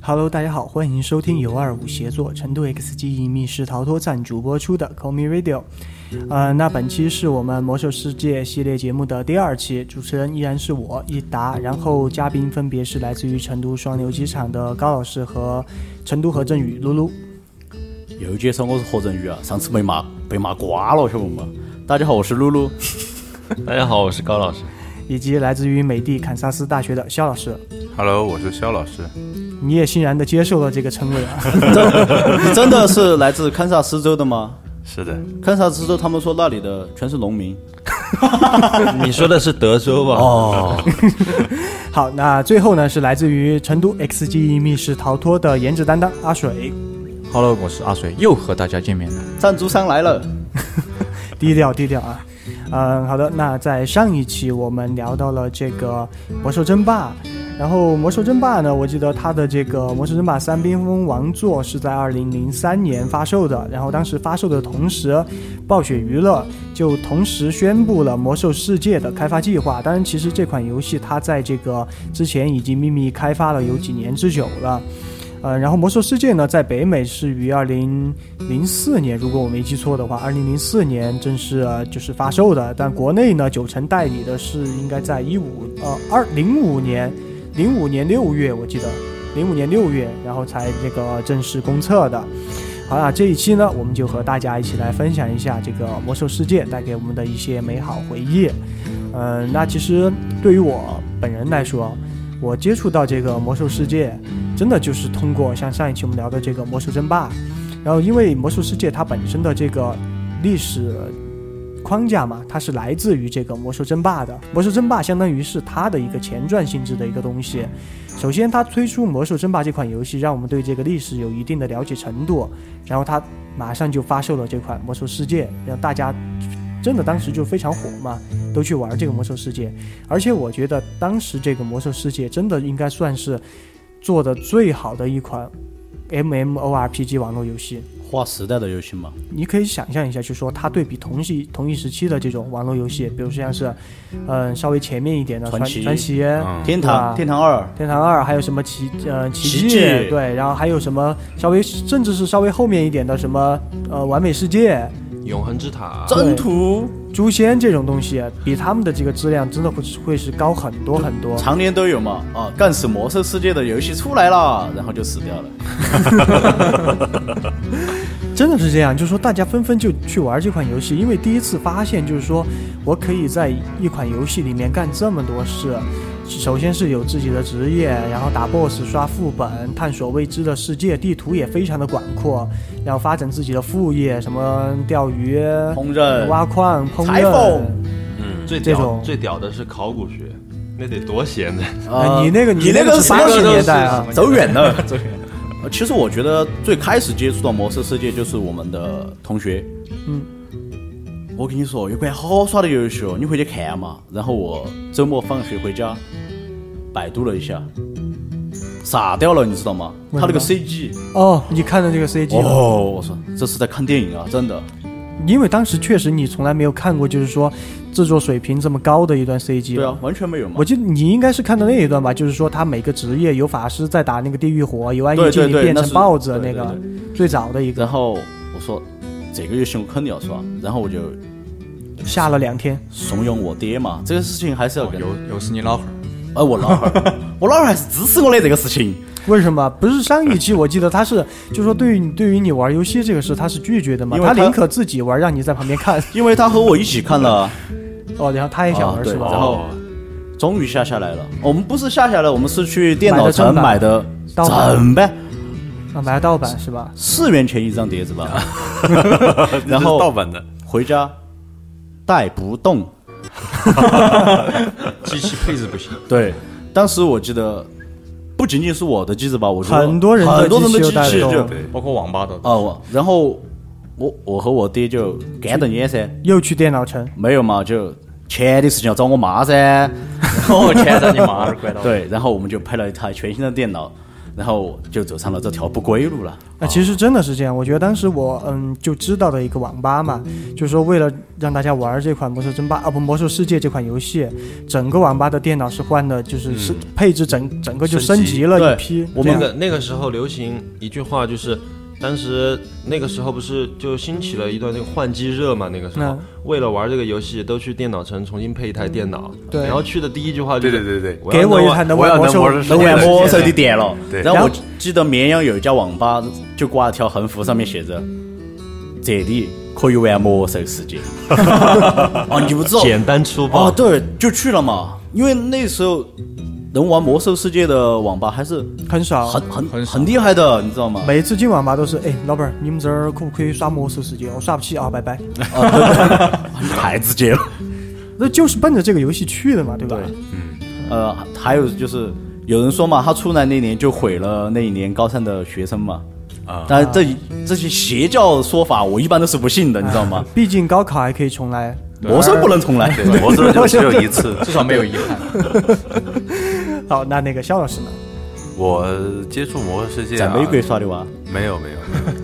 Hello，大家好，欢迎收听由二五协作成都 X 记忆密室逃脱站主播出的 Call Me Radio。呃，那本期是我们魔兽世界系列节目的第二期，主持人依然是我一达，然后嘉宾分别是来自于成都双流机场的高老师和成都何振宇露露。又介绍我是何振宇啊，上次被骂被骂瓜了，晓得不嘛？大家好，我是露露。大家好，我是高老师。以及来自于美的堪萨斯大学的肖老师， Hello，我是肖老师。你也欣然的接受了 这个称谓啊。你 真的是来自堪萨斯州的吗？是的，堪萨斯州他们说那里的全是农 民。你说的是德州吧？哦，好，那最后呢是来自于成都 X 记忆密室逃脱的颜值担当阿水， Hello，我是阿水，又和大家见面了。赞助商来了，低调低调啊。嗯，好的，那在上一期我们聊到了这个魔兽争霸，然后魔兽争霸呢，我记得它的这个魔兽争霸三冰封王座是在二零零三年发售的，然后当时发售的同时，暴雪娱乐就同时宣布了魔兽世界的开发计划。当然，其实这款游戏它在这个之前已经秘密开发了有几年之久了。呃，然后《魔兽世界》呢，在北美是于二零零四年，如果我没记错的话，二零零四年正式、呃就是发售的。但国内呢，九成代理的是应该在一五呃二零五年，零五年六月我记得，零五年六月，然后才这个正式公测的。好啦，这一期呢，我们就和大家一起来分享一下这个《魔兽世界》带给我们的一些美好回忆。嗯、那其实对于我本人来说，我接触到这个《魔兽世界》。真的就是通过像上一期我们聊的这个魔兽争霸，然后因为魔兽世界它本身的这个历史框架嘛，它是来自于这个魔兽争霸的。魔兽争霸相当于是它的一个前传性质的一个东西。首先，它推出魔兽争霸这款游戏，让我们对这个历史有一定的了解程度，然后它马上就发售了这款魔兽世界，让大家。真的当时就非常火嘛，都去玩这个魔兽世界，而且我觉得当时这个魔兽世界真的应该算是做的最好的一款 MMORPG 网络游戏。划时代的游戏嘛。你可以想象一下，就说它对比同系同一时期的这种网络游戏，比如说像是，嗯、稍微前面一点的传传奇传奇、嗯天啊堂，天堂二，天堂二，还有什么奇呃奇迹奇迹对，然后还有什么稍微甚至是稍微后面一点的什么呃完美世界、永恒之塔，对征途，诛仙这种东西，比他们的这个质量真的会是会是高很多很多。常年都有嘛。啊，干死魔兽世界的游戏出来了，然后就死掉了。真的是这样，就是说大家纷纷就去玩这款游戏，因为第一次发现就是说我可以在一款游戏里面干这么多事。首先是有自己的职业，然后打 BOSS、刷副本、探索未知的世界，地图也非常的广阔，然后发展自己的副业，什么钓鱼、烹饪挖矿、烹裁饪缝。嗯，这最种屌最屌的是考古学，那得多闲呢。哎你那个啊你那个是什八么十时候年代啊，走远了，走远了。呃 其实我觉得最开始接触到魔兽世界就是我们的同学，嗯，我跟你说有款好耍的游戏哦，你回去看嘛。然后我周末放学回家，百度了一下，傻掉了，你知道吗？为什么他那个 CG，哦，你看到这个 CG 了。哦，我说这是在看电影啊，真的。因为当时确实你从来没有看过，就是说制作水平这么高的一段 CG 对吧啊，完全没有嘛我。记得你应该是看到那一段吧，就是说他每个职业有法师在打那个地狱火，有暗夜对精对灵对变那成是豹子那对对个最早的一个，然后我说这个游戏我肯定要耍，然后我就下了两天。怂恿我爹嘛，这个事情还是要跟哦有有是你老汉儿，哎，我老汉儿，我老汉儿还是支持我的这个事情。为什么不是上一期？我记得他是，就说对于你对于你玩游戏这个事，他是拒绝的嘛，因为他他宁可自己玩，让你在旁边看。因为他和我一起看了，哦，然后他也想玩、啊对是吧？然后哦终于下下来了。我们不是下下来，我们是去电脑城买买的盗版正版，啊，买了盗版是吧？四元钱一张碟子 吧。然这是盗后版的，回家带不动。机器配置不 行，对，当时我记得不仅仅是我的机子吧，我觉得很多人的很多人机器的机器都带就不动包括网吧 的。啊，我然后我我和我爹就干瞪眼噻，又去电脑城，没有嘛，就钱的事情要找我妈噻，然后钱哦你妈二拐到。哦对，然后我们就配了一台全新的电脑，然后就走上了这条不归路了。那其实真的是这样，我觉得当时我嗯就知道的一个网吧嘛，就是说为了让大家玩这款《魔兽争霸》啊不《魔兽世界》这款游戏，整个网吧的电脑是换的，就是是配置整整个就嗯升级了一升批。我这们样那个那个时候流行一句话，就是当时那个时候不是就兴起了一段那个换机热嘛？那个时候嗯为了玩这个游戏，都去电脑城重新配一台电脑，对然后去的第一句话就对是对对对，我要给我一玩台能我玩要魔能兽玩世能界玩的魔兽的点了。对然然后后我记得绵阳有一家网吧，就挂了条横幅，上面写着：“这里可以玩魔兽世界。”哦，你不知道？简单粗暴。哦，对，就去了嘛。因为那时候能玩魔兽世界的网吧还是很少，很很很很少厉害的，你知道吗？每次进网吧都是哎老板儿，你们这儿可不可以刷魔兽世界？我刷不起啊，拜拜。太直接了。那就是奔着这个游戏去的嘛，对吧？呃，还有就是有人说嘛，他出来那年就毁了那一年高三的学生嘛。啊，但这这些邪教说法，我一般都是不信的，你知道吗？毕竟高考还可以重来。魔兽不能重来， 对魔兽就只有一次，至少没有遗憾。好，那那个肖老师呢？我接触魔兽世界在啊，玫瑰刷的哇，没有没有，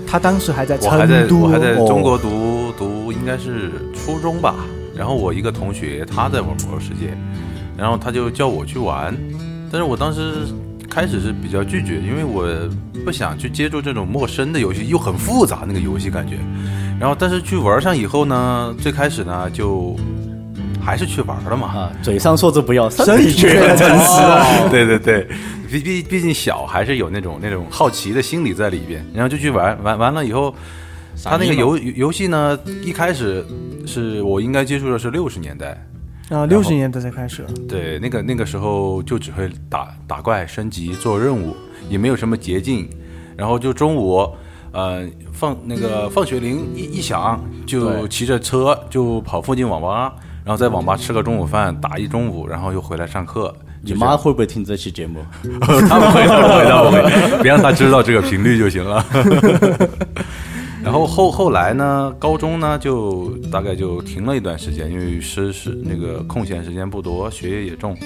他当时还在成我还在都，我还在哦中国读读应该是初中吧，然后我一个同学他在玩魔兽世界，然后他就叫我去玩，但是我当时开始是比较拒绝，因为我不想去接触这种陌生的游戏，又很复杂那个游戏感觉，然后但是去玩上以后呢，最开始呢就还是去玩了嘛， 啊，嘴上说着不要，身体体却要诚实。对对对，毕毕毕竟小还是有那种那种好奇的心理在里边，然后就去玩玩完了以后，他那个游游戏呢，一开始是我应该接触的是六十年代，啊，六十年代才开始，对，那个那个时候就只会打打怪、升级、做任务，也没有什么捷径，然后就中午。呃，放那个放学铃一一响，就对骑着车就跑附近网吧，然后在网吧吃个中午饭，打一中午，然后又回来上课。你就这样妈会不会听这期节目？ 他不会，他不会，他 不会，别让他知道这个频率就行了。 然后后后来呢，高中呢就大概就停了一段时间，因为是是那个空闲时间不多，学业也重。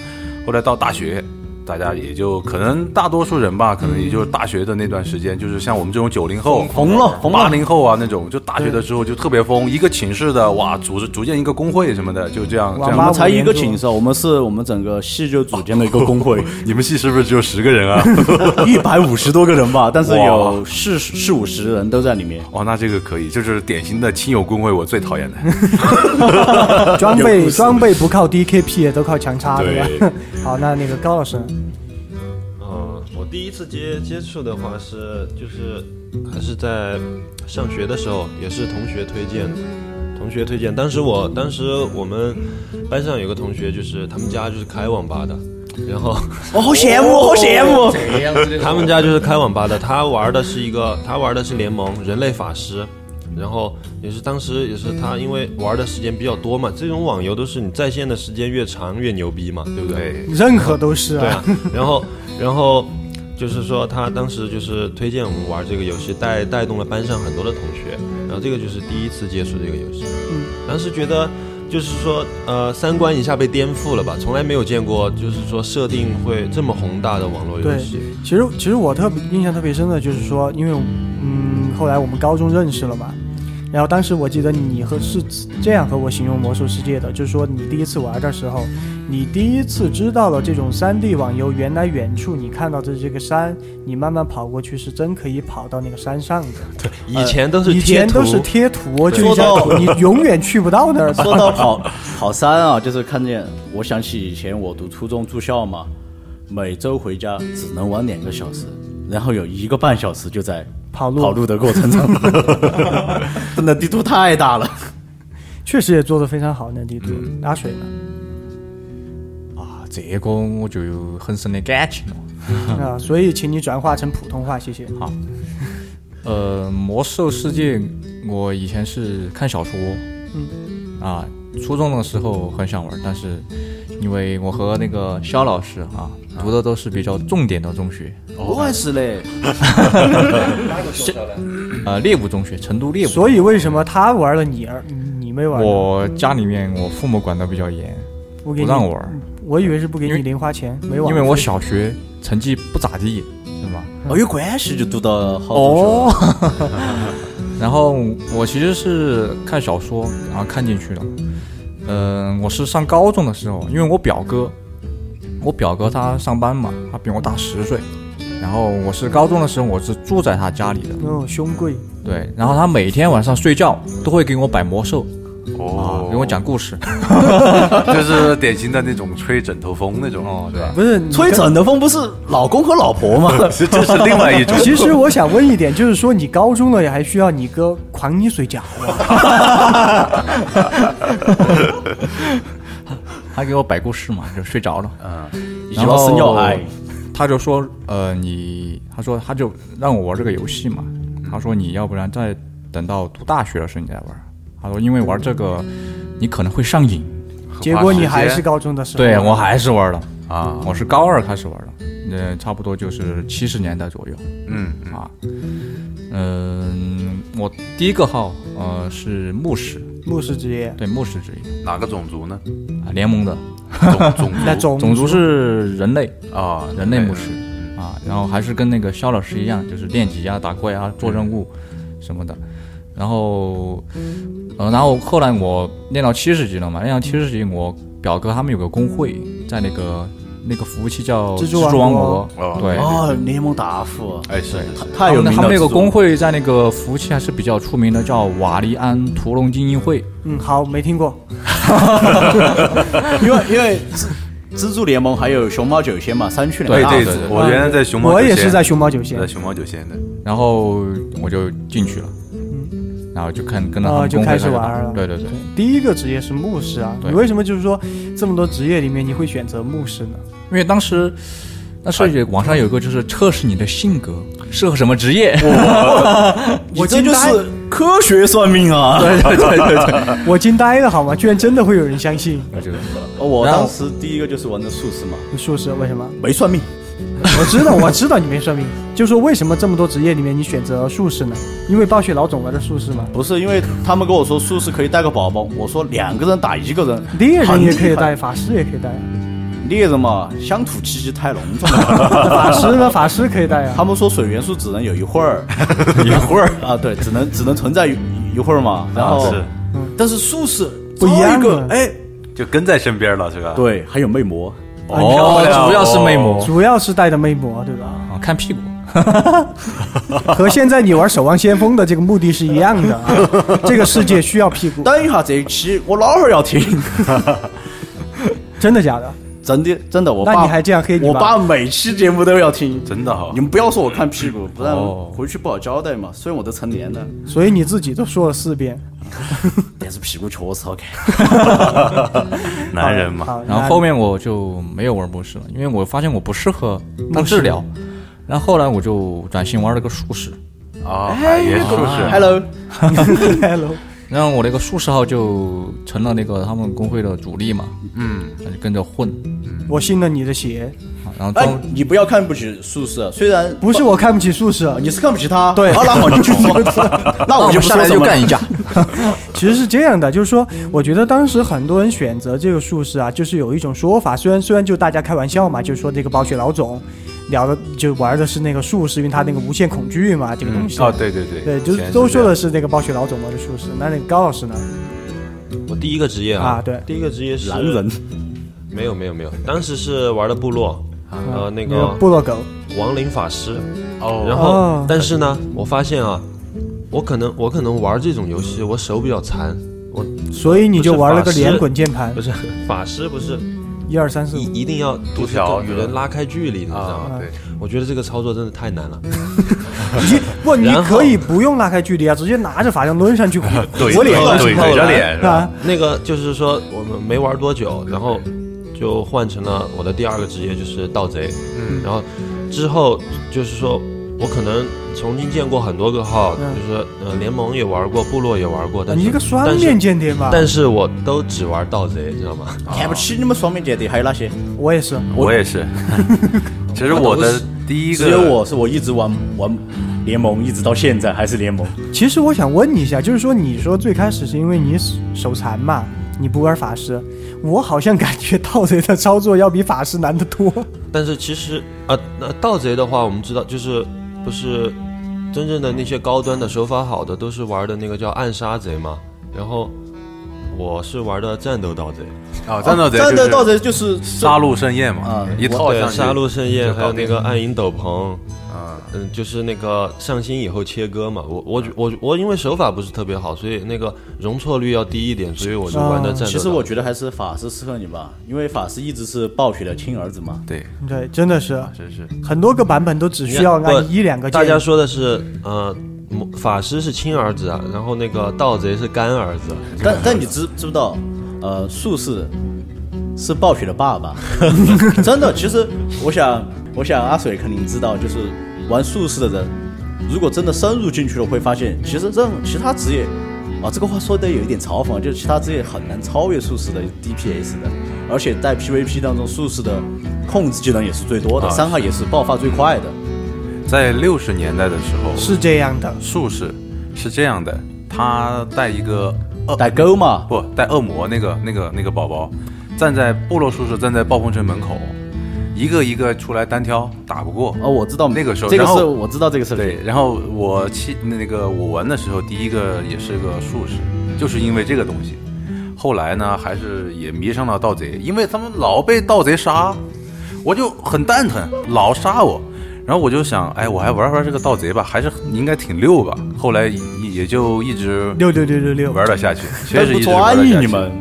后来到大学，大家也就可能大多数人吧，可能也就是大学的那段时间，就是像我们这种九零后、疯了疯了八零后啊那种，就大学的时候就特别疯，一个寝室的哇，组织组建一个工会什么的，就这样这网我样吧们才一个寝室，我们是我们整个系就组建了一个工会，你们系是不是只有十个人啊？一百五十多个人吧，但是有哇四四五十人都在里面。哦，那这个可以，就是典型的亲友工会，我最讨厌 的。装备装备不靠 DKP 也都靠强插，对吧 对？好，那那个高老师呢，嗯，我第一次接接触的话是就是还是在上学的时候，也是同学推荐的。嗯同学推荐，当时我当时我们班上有个同学，就是他们家就是开网吧的，然后哦我好羡慕，好羡慕。他们家就是开网吧的，他玩的是一个，他玩的是联盟人类法师，然后也是当时也是他因为玩的时间比较多嘛，这种网游都是你在线的时间越长越牛逼嘛，对不对？对，任何都是对啊，啊，然后然后就是说他当时就是推荐我们玩这个游戏，带带动了班上很多的同学，然后这个就是第一次接触这个游戏，嗯，当时觉得。就是说，呃，三观一下被颠覆了吧？从来没有见过，就是说设定会这么宏大的网络游对戏。其实其实我特别印象特别深的就是说，因为嗯，后来我们高中认识了嘛，然后当时我记得你和是这样和我形容魔兽世界的，就是说你第一次玩的时候，你第一次知道了这种三 D 网游，原来远处你看到的这个山，你慢慢跑过去是真可以跑到那个山上的，以前都是呃以贴前图，都是贴图，就一说张到图，你永远去不到那儿的。说到跑跑山啊，就是看见，我想起以前我读初中住校嘛，每周回家只能玩两个小时，然后有一个半小时就在跑路跑路的过程中， 真的地图太大了。确实也做得非常好，那地图嗯阿水呢？啊，这个我就有很深的感情了。嗯啊，所以请你转化成普通话，谢谢。好，呃，魔兽世界，我以前是看小说，嗯，啊，初中的时候很想玩，但是因为我和那个肖老师啊，读的都是比较重点的中学，我也是嘞，呃，猎户中学，成都猎户。所以为什么他玩了你而你没玩呢？我家里面我父母管的比较严，不给不你让我玩，我以为是不给因你为零花钱，没玩。啊因为我小学成绩不咋地，是吗？嗯哦，有关系就读到好同学了。哦，然后我其实是看小说，然后看进去了。嗯、我是上高中的时候，因为我表哥，我表哥他上班嘛，他比我大十岁。然后我是高中的时候，我是住在他家里的，哦，兄贵，对。然后他每天晚上睡觉都会给我摆魔兽哦啊，，给我 讲故事。就是典型的那种吹枕头风那种，哦，对吧？不是你吹刚枕的风不是老公和老婆 吗？这这是另外 。一种其实我想问一点，就是说你高中了也还需要你哥狂你啊睡觉， 他给我摆故事嘛，就睡着了。已经然老后生要爱，他就说，呃，你，他说他就让我玩这个游戏嘛，他说你要不然再等到读大学的时候你再玩，他说因为玩这个你可能会上瘾，结果你还是个高中的时候。对我还是玩了，啊，我是高二开始玩的，呃，差不多就是七十年代左右嗯，啊，嗯、我第一个号呃是牧师，牧师职业，对牧师之一哪个种族呢？啊，联盟的种种族那种种族是人类，啊，人类牧师啊，然后还是跟那个肖老师一样，就是练级呀、打怪呀、做任务什么的。然后，呃，然后后来我练到七十级了嘛，练到七十级，我表哥他们有个工会，在那个那个服务器叫蜘蜘蛛蛛王王国国，哦对，哦，联盟答复，哎，是是是太有他们名哎了。他们那个这种工会在那个服务器还是比较出名的，叫瓦利安屠龙精英会。嗯，好，没听过。因为因为蜘蜘 蛛联盟还有熊猫九仙嘛，三区两对大对对对，对我原来在熊猫，我也是在，熊猫九仙在，熊猫九仙的，然后我就进去了，然后就看跟着他哦们就工会开始打玩了对对对，第一个职业是牧师啊。对你为什么就是说这么多职业里面你会选择牧师呢？因为当时，那时候哎有网上有一个就是测试你的性格适合什么职业，我我这惊就 呆，是科学算命啊！ 对对对对对。我惊呆了好吗？居然真的会有人相信 我觉得 我然后当时第一个就是玩的术士嘛，术士？为什 么？没算命，我知道，我知道你没算命。就说为什么这么多职业里面你选择术士呢？因为暴雪老总玩的术士嘛，不是因为他们跟我说术士可以带个宝宝，我说两个人打一个人，猎人也可很以厉害带，法师也可以 带，猎人嘛，乡土气息太浓重 了。法师呢？法师可以带啊。他们说水元素只能有一会 儿，一会儿啊，对，只能只能存在一一会儿嘛。然后，啊是但是术士不一样啊招个了，哎，就跟在身边了，是吧？，对，还有魅魔，哦，主要是魅魔主要是带的魅魔，对吧？ 啊，看屁股，和现在你玩《守望先锋》的这个目的是一样的、 啊，这个世界需要屁股，等一下这一期我老二要听， 真的假的？真的真的，我那爸你还这样黑你我爸爸每期节目都要听，真的哈你，们不要说我看屁股，不然哦回去不好交代嘛。虽然我都成年了，所以你自己都说了四遍，但是屁股确实好看。男人嘛，好，然后后面我就没有玩牧师了，因为我发现我不适合当治疗，然后后来我就转型玩了个术士，哎啊，海爷术士， Hello，那 hello，然后我那个术士号就成了那个他们工会的主力嘛，嗯，就跟着混，我信了你的邪，啊然后哎装，你不要看不起术士，虽然啊不是我看不起术士，啊你是看不起他，对好，那我就去做，那那我我就们不下说来什就么了干一架，其实是这样的，就是说，我觉得当时很多人选择这个术士啊，就是有一种说法，虽然虽然就大家开玩笑嘛，就是说这个暴雪老总聊的就玩的是那个术士，因为他那个无限恐惧嘛，这嗯个东西。哦，对对对，对，就以前是是都这说样的是那个暴雪老总玩的术士，那那个高老师呢？我第一个职业啊对第一个职业是男人，没有没有没有，当时是玩的部落，呃，那个部落狗，亡灵法师，哦，然哦后但是呢，我发现啊，我可能我可能玩这种游戏，我手比较残，我所以你就玩了个不是法师呃连滚键盘不，是法师不是一二三四五，一一定要读就是条跟是与吧人拉开距离，你知道吗？啊，对，我觉得这个操作真的太难了。你不，你然后可以不用拉开距离啊，直接拿着法杖抡上 去，怼我脸怼怼着脸是吧？啊，那个就是说我们没玩多久，然后就换成了我的第二个职业就是盗贼，嗯，然后之后就是说我可能曾经见过很多个号，嗯就是呃联盟也玩过，部落也玩过，但是你一个双面间谍吧？但是，但是我都只玩盗贼，知道吗？ 看不起你们双面间谍，还有哪些？我也是，我也是。其实我的第一个，只有我是我一直玩玩联盟，一直到现在还是联盟。其实我想问你一下，就是说，你说最开始是因为你手手残嘛，你不玩法师，我好像感觉盗贼 的操作要比法师难得多。呃但是其实啊，那、盗贼的话，我们知道就是不是真正的那些高端的手法好的都是玩的那个叫暗杀贼嘛，然后我是玩的战斗盗贼，啊，战斗贼战就斗是盗贼就是杀戮盛宴嘛啊，一套对，上去杀戮盛宴，还有那个暗影斗篷，啊，嗯，就是那个上心以后切割嘛。我嗯我我我因为手法不是特别好，所以那个容错率要低一点，所以我就玩的战斗。嗯其实我觉得还是法师适合你吧，因为法师一直是暴雪的亲儿子嘛。对，对，真的是真是很多个版本都只需要按一两个键。大家说的是，呃，魔法师是亲儿子啊，然后那个盗贼是干儿子。啊但但你知知不知道，呃，术士是暴雪的爸 爸，真的。其实我想，我想阿水肯定知道，就是玩术士的人，如果真的深入进去了，会发现其实任其他职业。啊，这个话说的有一点嘲讽，就是其他职业很难超越术士的 DPS 的，而且在 PVP 当中，术士的控制技能也是最多的，啊伤害也是爆发最快的。在六十年代的时候，是这样的，术士是这样的，他带一个恶代沟嘛，不带恶魔那个那个那个宝宝，站在部落术士站在暴风城门口，一个一个出来单挑，打不过。哦，我知道那个时候这个然后是我知道这个事对情，，然后我去那个我玩的时候，第一个也是个术士，就是因为这个东西。后来呢，还是也迷上了盗贼，因为他们老被盗贼杀，我就很蛋疼，老杀我。然后我就想，哎，我还玩玩这个盗贼吧，还是应该挺溜吧。后来也也就一直六六六六六，玩了下去，确但实不一直玩专了一下你去。们。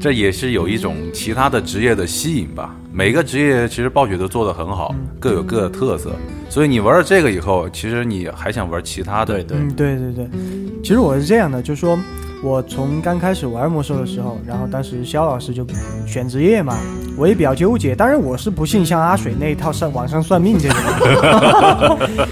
这也是有一种其他的职业的吸引吧。每个职业其实暴雪都做得很好，各有各的特色。所以你玩了这个以后，其实你还想玩其他的。对对，嗯，对对对，其实我是这样的，就是说我从刚开始玩魔兽的时候，然后当时肖老师就选职业嘛，我也比较纠结。当然我是不信像阿水那一套上网上算命这种，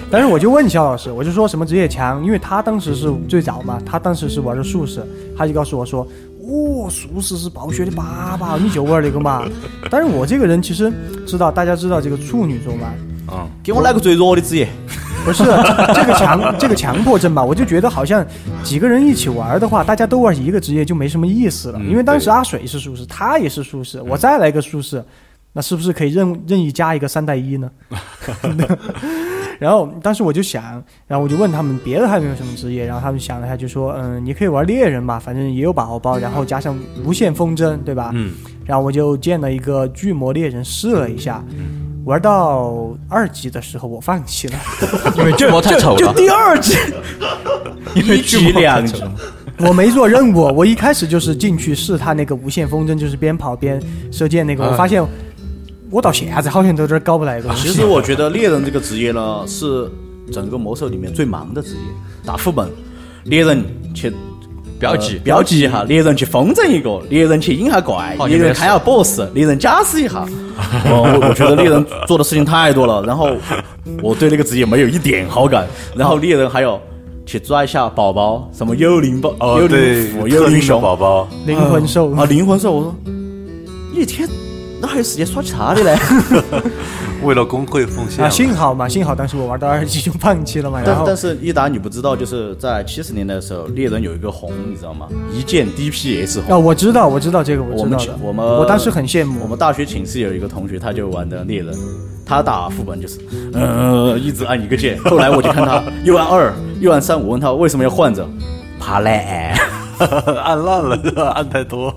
但是我就问肖老师，我就说什么职业强，因为他当时是最早嘛，他当时是玩的术士，他就告诉我说。哦，术士是暴雪的爸爸，你就玩那个嘛。 但是我这个人其实知道，大家知道这个处女座嘛，嗯，给我来个最弱的职业， 不是这个 强这个强迫症吧？我就觉得好像几个人一起玩的话，大家都玩一个职业就没什么意思了。嗯因为当时阿水是术士，他也是术士，我再来一个术士，那是不是可以任任意加一个三带一呢？然后当时我就想，然后我就问他们别的还有没有什么职业，然后他们想了一下就说，嗯，你可以玩猎人吧，反正也有把敖包，然后加上无限风筝，对吧？嗯，然后我就建了一个巨魔猎人试了一下，嗯玩到二级的时候我放弃了。因哎为巨魔太丑就了，第二集， 因为一巨举魔太两丑举。了。我没做任务，我一开始就是进去试探那个无限风筝，就是边跑边射箭那个，啊我发现我到现在好像都这搞不来东 其西。实我觉得猎人这个职业呢，是整个魔兽里面最忙的职业。打副本，猎人去标记呃标记一下，猎人去风筝一个，猎人去引下怪哦，猎你人别砍下 BOSS，猎人加死一下。哦我我觉得猎人做的事情太多了，然后我对那个职业没有一点好感。然后猎人还有去抓一下宝宝，什么幽灵宝、哦幽灵对，斧、特幽定灵的熊，宝宝，灵魂兽，啊，灵魂兽，我说一天哪还有时间刷其他的嘞？为了工会奉献啊，。幸好嘛，幸好当时我玩到二级就放弃了嘛。 然但后但是一达你不知道，就是在七十年代的时候，猎人有一个红，你知道吗？一键 DPS 啊，红。我知道，我知道这个，我我知们道寝的。我们我当时很羡我慕，们大学寝室有一个同学，他就玩的猎人，他打副本就是，呃，一直按一个键。后来我就看他 又按二，又按三，我问他为什么要换着，爬 嘞。按烂了，是 吧按太多。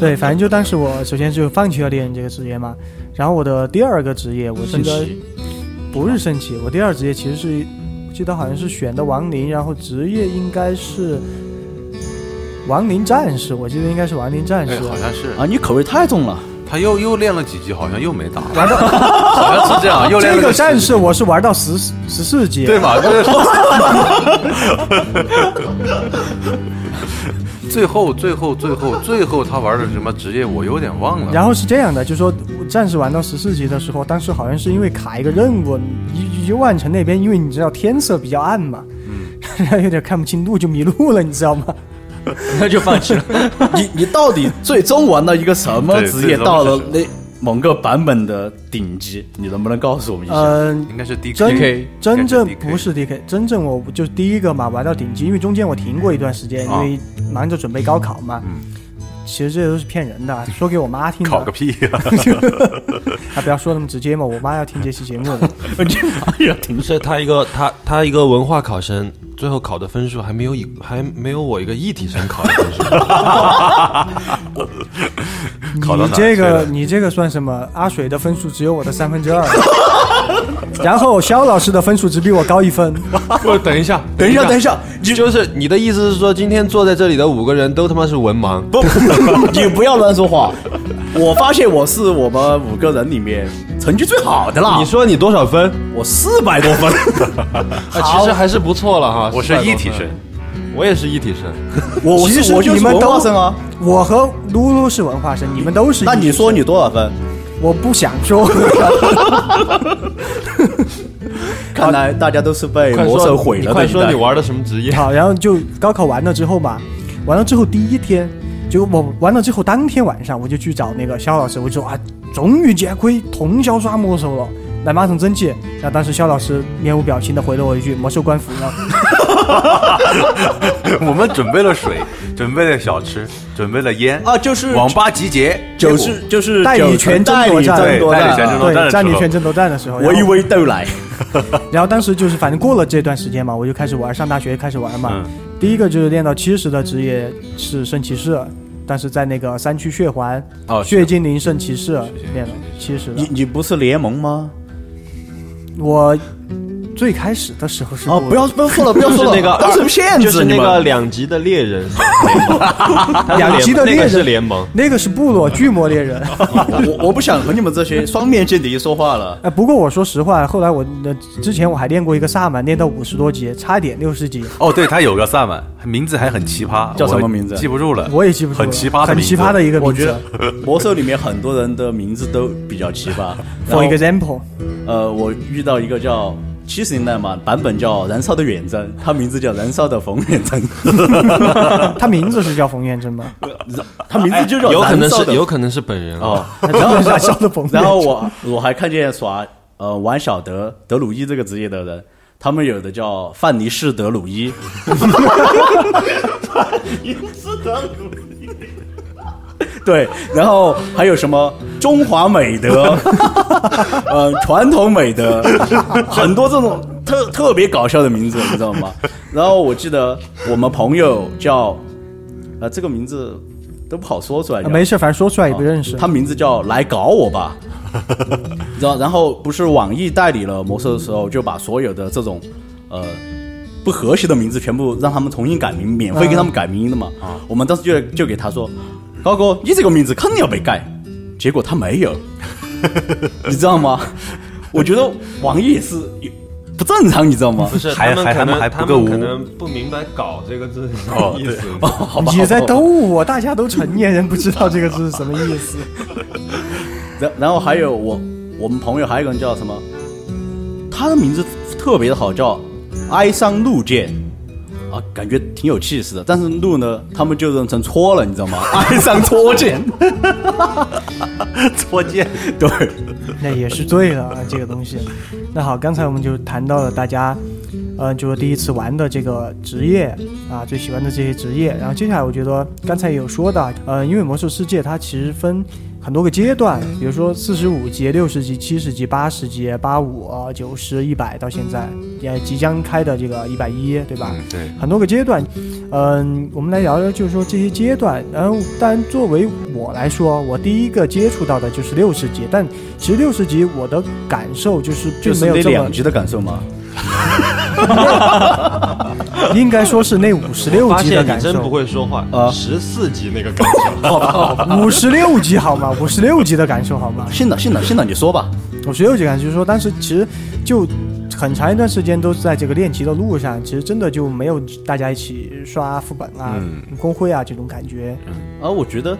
对，反正就当时我首先就放弃了猎人这个职业嘛。然后我的第二个职业，我记神得奇，不是升旗，我第二职业其实是，我记得好像是选的亡灵，然后职业应该是亡灵战士，我记得应该是亡灵战哎士，。好像是，啊，你口味太重了。他又又练了几级，好像又没打。好像是这样，又练这了个个战士我是玩到十十四级，对嘛？就是。最后，最后，最后，最后，他玩的是什么职业？我有点忘了。然后是这样的，就说战士玩到十四级的时候，当时好像是因为卡一个任务，一一万城那边，因为你知道天色比较暗嘛，嗯 然后有点看不清路就迷路了，你知道吗？那就放弃了。你你到底最终玩到一个什么职业？对到了那某个版本的顶级，你能不能告诉我们一 下？嗯、应该是 D 真 K，真正应该是 DK 不是 DK，真正我就是第一个嘛，玩到顶级，因为中间我停过一段时间，因嗯啊为忙着准备高考嘛。其实这些都是骗人的，说给我妈 听考个的。屁 呀、啊，不要说那么直接嘛，我妈要听这期节目 的。哎是他一个他他一个文化考生，最后考的分数还没有一还没有我一个艺体生考的分 数。考到你哪这去个了你这个算什么？阿水的分数只有我的三分之二， 然后肖老师的分数只比我高一分。不，等一下，等一下，等一下，你就是你的意思是说，今天坐在这里的五个人都他妈是文盲？不，你不 要乱说话。我发现我是我们五个人里面成绩最好的啦。你说你多少分？我四百多分， 啊，其实还是不错了哈。我是400多一体分嗯生，，我也是一体生。 我我其是实我就你是们文都化生啊。，我和露露是文化生，你们都是。那你说你，多少分？我不想说。看来大家都是被魔神毁你了的快一说代你。玩的什么职业？好，然后就高考完了之后嘛，完了之后第一天，就我完了之后当天晚上我就去找那个肖老师，我就说啊，终于解亏通宵刷魔兽了，奶妈很争气。然后当时肖老师面无表情的回了我一句魔兽官服了， 我们准备了水，准备了小吃，准备了烟啊就是网吧集结，就是就是代理九权成争代夺理战争夺对战啊，代理权争夺战对，的战时地候权争夺战的时候，我然以后为都来。然后当时就是反正过了这段时间嘛，我就开始玩，上大学开始玩嘛。嗯第一个就是练到七十的职业是圣骑士，但是在那个三区血环、哦血精灵圣骑士精灵练了七十的你。 你不是联盟吗？我最开始的时候是哦，过不要不要说了，不要就是说了，那个都是骗就子，是你那个 们两级的猎人，两极的猎那个是人联盟。那个是部落巨魔猎人。 我我我不想和你们这些双面间谍说话了。哎，不过我说实话，后来我呃之前我还练过一个萨满，练到五十多级，差点六十级，哦，对，他有个萨满，名字还很奇葩，叫什么我名字记不住了，我也记不住了很奇葩的很名奇字，葩的一个我名觉字得。 魔兽里面很多人的名字都比较奇葩。然后 For example，呃，我遇到一个叫七十年代嘛，版本叫《燃烧的远征》，他名字叫《燃烧的冯远征》，他名字是叫冯远征吗？他名字就叫有可能燃烧的是有可能是本人啊。哦， 然后燃烧的冯远征然后我我还看见耍呃玩小德德鲁伊这个职业的人，他们有的叫范尼士德鲁伊， 对，然后还有什么中华美德， 呃，传统美德，很多这种特特别搞笑的名字，你知道吗？然后我记得我们朋友叫，呃，这个名字都不好说出来，啊没事，反正说出来也不认识。哦他名字叫来搞我吧。 然后然后不是网易代理了魔兽的时候，就把所有的这种呃不和谐的名字全部让他们重新改名，免费给他们改名的嘛。嗯啊我们当时就就给他说，高哥，你这个名字肯定要被改。结果他没 有，你知道吗？我觉得网易也是有不正常，你知 道吗？不是，还他们还可能还不他够们可污能不明白“搞”这个字是什哦么意思。好吧，你在好吧逗我，大家都成年人，不知道这个字是什么意思。然然后还有我我们朋友还有一个人叫什么，他的名字特别的好，叫哀伤路见。啊，感觉挺有气势的，但是路呢，他们就认成搓了，你知道吗？哀伤搓剑，搓剑， 对， 那也是对了啊，这个东西。那好，刚才我们就谈到了大家，呃，就是第一次玩的这个职业啊，最喜欢的这些职业。然后接下来，我觉得刚才也有说的，呃，因为魔兽世界它其实分很多个阶段，比如说四十五级、六十级、七十级、八十级、八五、九十、一百，到现在也即将开的这个一百一，对吧？嗯， 对，很多个阶段，嗯，我们来聊聊，就是说这些阶段。然后，当然作为我来说，我第一个接触到的就是六十级，但其实六十级我的感受就是并没就是那有这两么，级的感受吗？应该说是那五十六发级的现你感真不受，会说话啊，十四级那个感觉，五十六级好吗？五十六级的感受好吗？信了，信了，信了，你说吧。五十六级感受就是说，当时其实就很长一段时间都是在这个练级的路上，其实真的就没有大家一起刷副本啊、嗯公会啊这种感觉。而啊我觉得，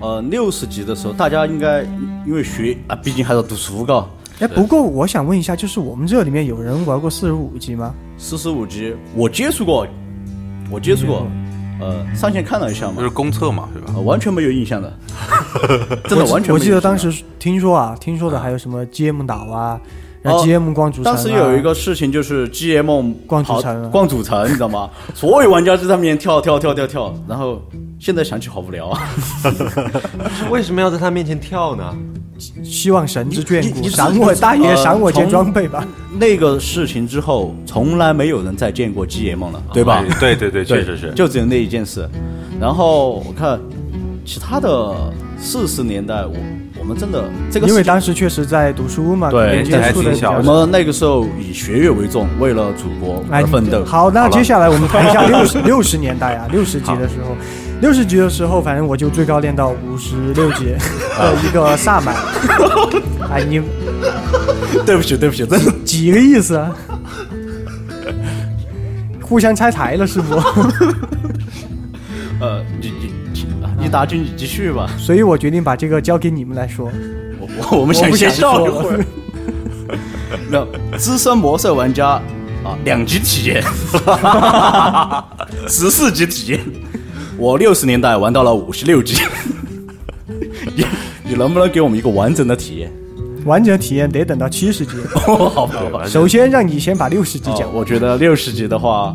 呃，六十级的时候，大家应该因为学啊，毕竟还是读书噶，哎，不过我想问一下，就是我们这里面有人玩过四十五级吗？四十五级我接触过，我接触过，呃，上线看了一下嘛就是，公测嘛，是吧呃？完全没有印 象的，真的我记完全我没有印象的记得当时听说啊，听说的还有什么 GM 岛啊，然后哦 GM 光主城、啊当时有一个事情就是 GM 逛主城啊 跑逛主城，你知道吗？所有玩家就在上面跳跳跳跳跳，然后现在想起好无聊 啊！就是 为什么要在他面前跳呢？希望神之眷你你顾，你赏我大爷，呃赏我件从装备吧。那个事情之后，从来没有人再见过鸡爷梦哦了，对吧？哎对 对对，确实是。就只有那一件事。然后我看其他的四十年代，我我们真的这个因为事情当时确实在读书嘛，可对能接还触的挺比小较我的少。们那个时候以学业为重，为了祖国哎而奋斗。好，那好吧接下来我们谈一下六十六十年代啊，六十级的时候，六十级的时候，反正我就最高练到五十六级的一个萨 满。哎，你 对不起，对不起，真的几个意思啊？互相拆台了是 不？呃，你你你达君，你继续吧。所以我决定把这个交给你们来说。我 我我们我想不先想笑一说会儿。没有，资深魔兽玩家啊，两级体验， 十四级体验，我六十年代玩到了五十六级。 你你能不能给我们一个完整的体验？ 完整体验得等到七十级，哦，好吧，好吧。首先让你先把六十级哦讲完。我觉得六十级的话，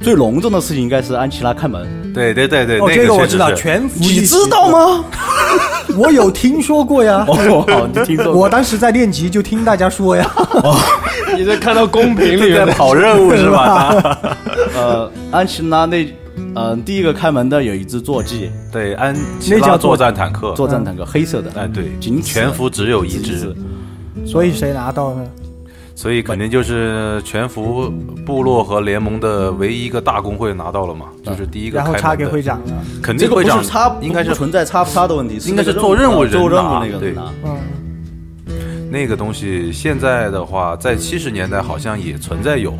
最隆重的事情应该是安琪拉开门，对对对对，哦，那这确我实知道，是全服你一知级道吗？我有听说过呀。 哦，好，你听说过我当时在练级就听大家说 呀，你在看到公屏里在面跑任务 是吧？呃，安琪拉那，嗯、呃第一个开门的有一只坐骑，对，安那叫作战坦克，作战坦克，黑色的，哎对，仅此全服只有一只只，所以谁拿到呢？所以肯定就是全服部落和联盟的唯一一个大公会拿到了嘛，就是第一个然开后门的。差给会长啊了。肯这定个不会是长差，应该不是存在差不差的问题，是应该那个是做任务人做任务拿那个人对拿。嗯，那个东西现在的话，在七十年代好像也存在有，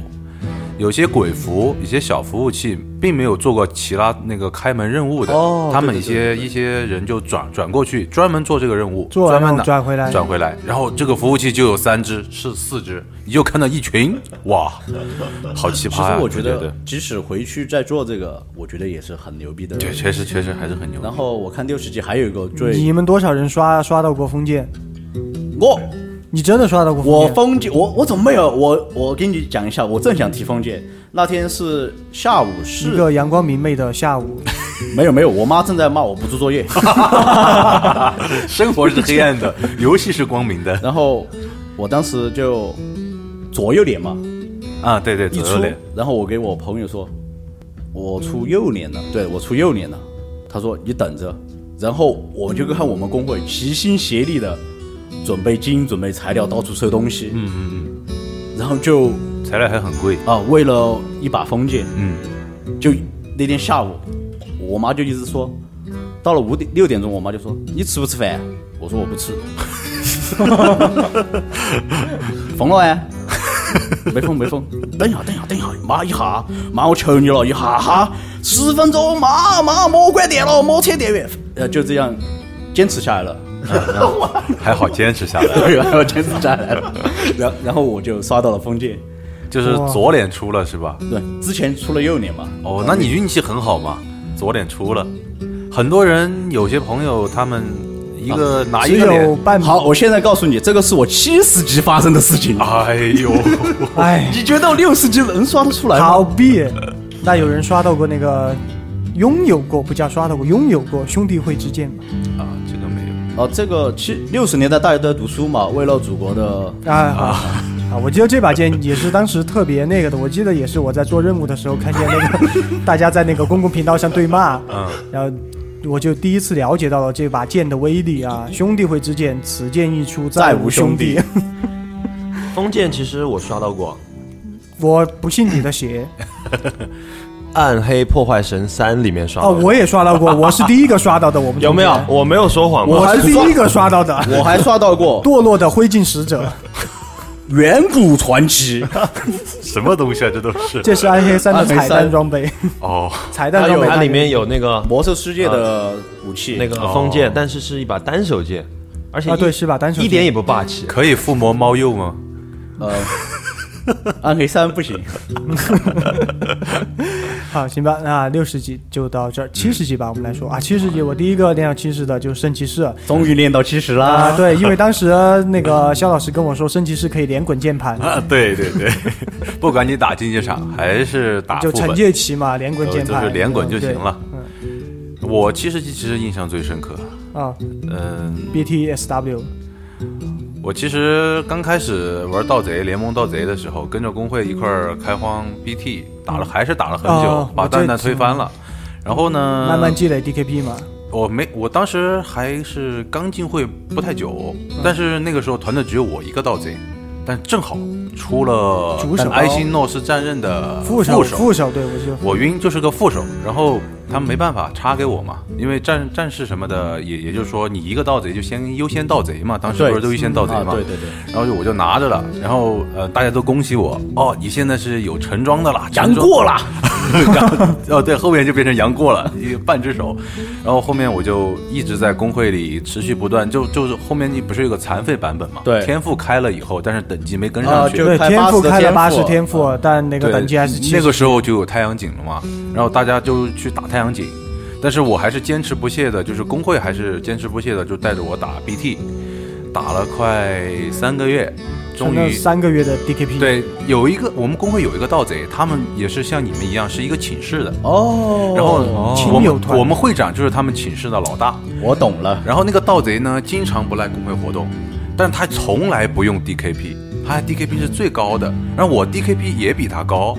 有些鬼服、一些小服务器，并没有做过其他那个开门任务的。哦他们对一对些一些人就转转过去，专门做这个任务，做完专门然后拿转回来转回来。然后这个服务器就有三只，是四只，你就看到一群，哇， 好其奇葩、实啊！我觉觉得，即使回去再做这个，我觉得也是很牛逼的。对，确实确实还是很牛。然后我看六十级还有一个最嗯你们多少人刷刷到过封建？我你真的刷到过封我建？封建，我我怎么没有？我我跟你讲一下，我正想提封建，那天是下午一是个阳光明媚的下午，没有没有，我妈正在骂我不做作业，生活是黑 暗的，游戏是光明的然后我当时就左右脸嘛，啊！对对，一左出右脸，，然后我给我朋友说，我出右脸了，对我出右脸了。他说你等着，然后我们就看我们工会齐心协力的准备金、准备材料，到处收东西。嗯嗯嗯。然后就材料还很贵。啊，为了一把封建，嗯，就那天下午，我妈就一直说，到了五点六点钟，我妈就说你吃不吃饭？啊我说我不吃。 疯了哎！没疯没疯，等一下等一下等一下，妈一下，妈我求你了一下哈，十分钟，妈妈莫关电了，莫切电源，呃就这样坚持下来了， 还好坚持下来了，对，然后坚持下来了，然后然后我就刷到了封建，就是左脸出了是吧？对，之前出了右脸嘛，哦，那你运气很好嘛，左脸出了。很多人有些朋友他们一个拿只一个啊有脸，半好，我现在告诉你，这个是我七十级发生的事情。哎呦， 哎， 你觉得我六十级能刷得出来好吗？币。呃那有人刷到过那个拥有过，不叫刷到过，拥有过兄弟会之剑嘛？啊，这个没有，哦，这个七六十年代大家都在读书嘛，为了祖国的啊好啊！我记得这把剑也是当时特别那个的，我记得也是我在做任务的时候看见那个 大家在那个公共频道上对骂，嗯，然后我就第一次了解到了这把剑的威力啊！兄弟会之剑，此剑一出再无无兄兄弟。封建其实我刷到过， 我不信你的邪《暗黑破坏神三》里面刷哦！到过。我也刷到过，我是第一个刷到的。我们有没有中间？我没有说谎吧。我是第一个刷到的。我还刷到过《堕落的灰烬使者， 远古传奇》，什么东西啊？这都是这是暗黑三的暗黑彩三蛋装备，哦，彩蛋它装有备它大里概面有哦那个《魔兽世界》的啊武器。那个封建，但是是一把单手剑，而且啊一对是把单手剑一点也不霸气。可以附魔猫鼬吗？呃，暗黑三不行，好，行吧，那六十级就到这儿，七十级吧，我们来说啊，七十级我第一个练到七十的就是圣骑士啊、终于练到七十啊啦。对，因为当时那个肖老师跟我说圣骑士可以连滚键盘，啊，对对 对，不管你打竞技场还是打就副惩本，呃戒棋嘛，连滚键哦就盘是连滚就对行了。嗯我我七十级其实印象最深刻，啊嗯， ，BTSW，我其实刚开始玩盗贼联盟盗贼的时候，跟着工会一块儿开荒 BT，打了还是打了很久，嗯哦把我这嗯蛋蛋推翻了。然后呢，慢慢积累 DKP 嘛，我没，我当时还是刚进会不太久，嗯但是那个时候团队只有我一个盗贼，但正好出了主手但埃辛诺斯战刃的副手手，副手，对我就我晕就是个副手，然后他们没办法插给我嘛，因为战战士什么的，也也就是说你一个盗贼就先优先盗贼嘛，当时对不是都优先盗贼嗯啊，嘛，对对对，然后就我就拿着了，然后呃大家都恭喜我，哦你现在是有橙装的啦，杨橙装过啦， 然后哦对，后面就变成杨过了， 一半只手。然后后面我就一直在工会里持续不断，就就是后面你不是有个残废版本嘛？对天赋开了以后，但是等级没跟上啊去。就对开天赋80的开了天赋八十天赋，但那个对等级还是七十。那个时候就有太阳井了嘛，然后大家就去打太阳井，但是我还是坚持不懈的，就是工会还是坚持不懈的，就带着我打 BT，打了快三个月，终存了于三个月的 DKP，，对有一个我们工会有一个盗贼，他们也是像你们一样是一个寝室的，哦，然后亲我友团们我们会长就是他们寝室的老大，我懂了，然后那个盗贼呢，经常不来工会活动，但他从来不用 DKP，他 DKP 是最高的，然后我 DKP 也比他高，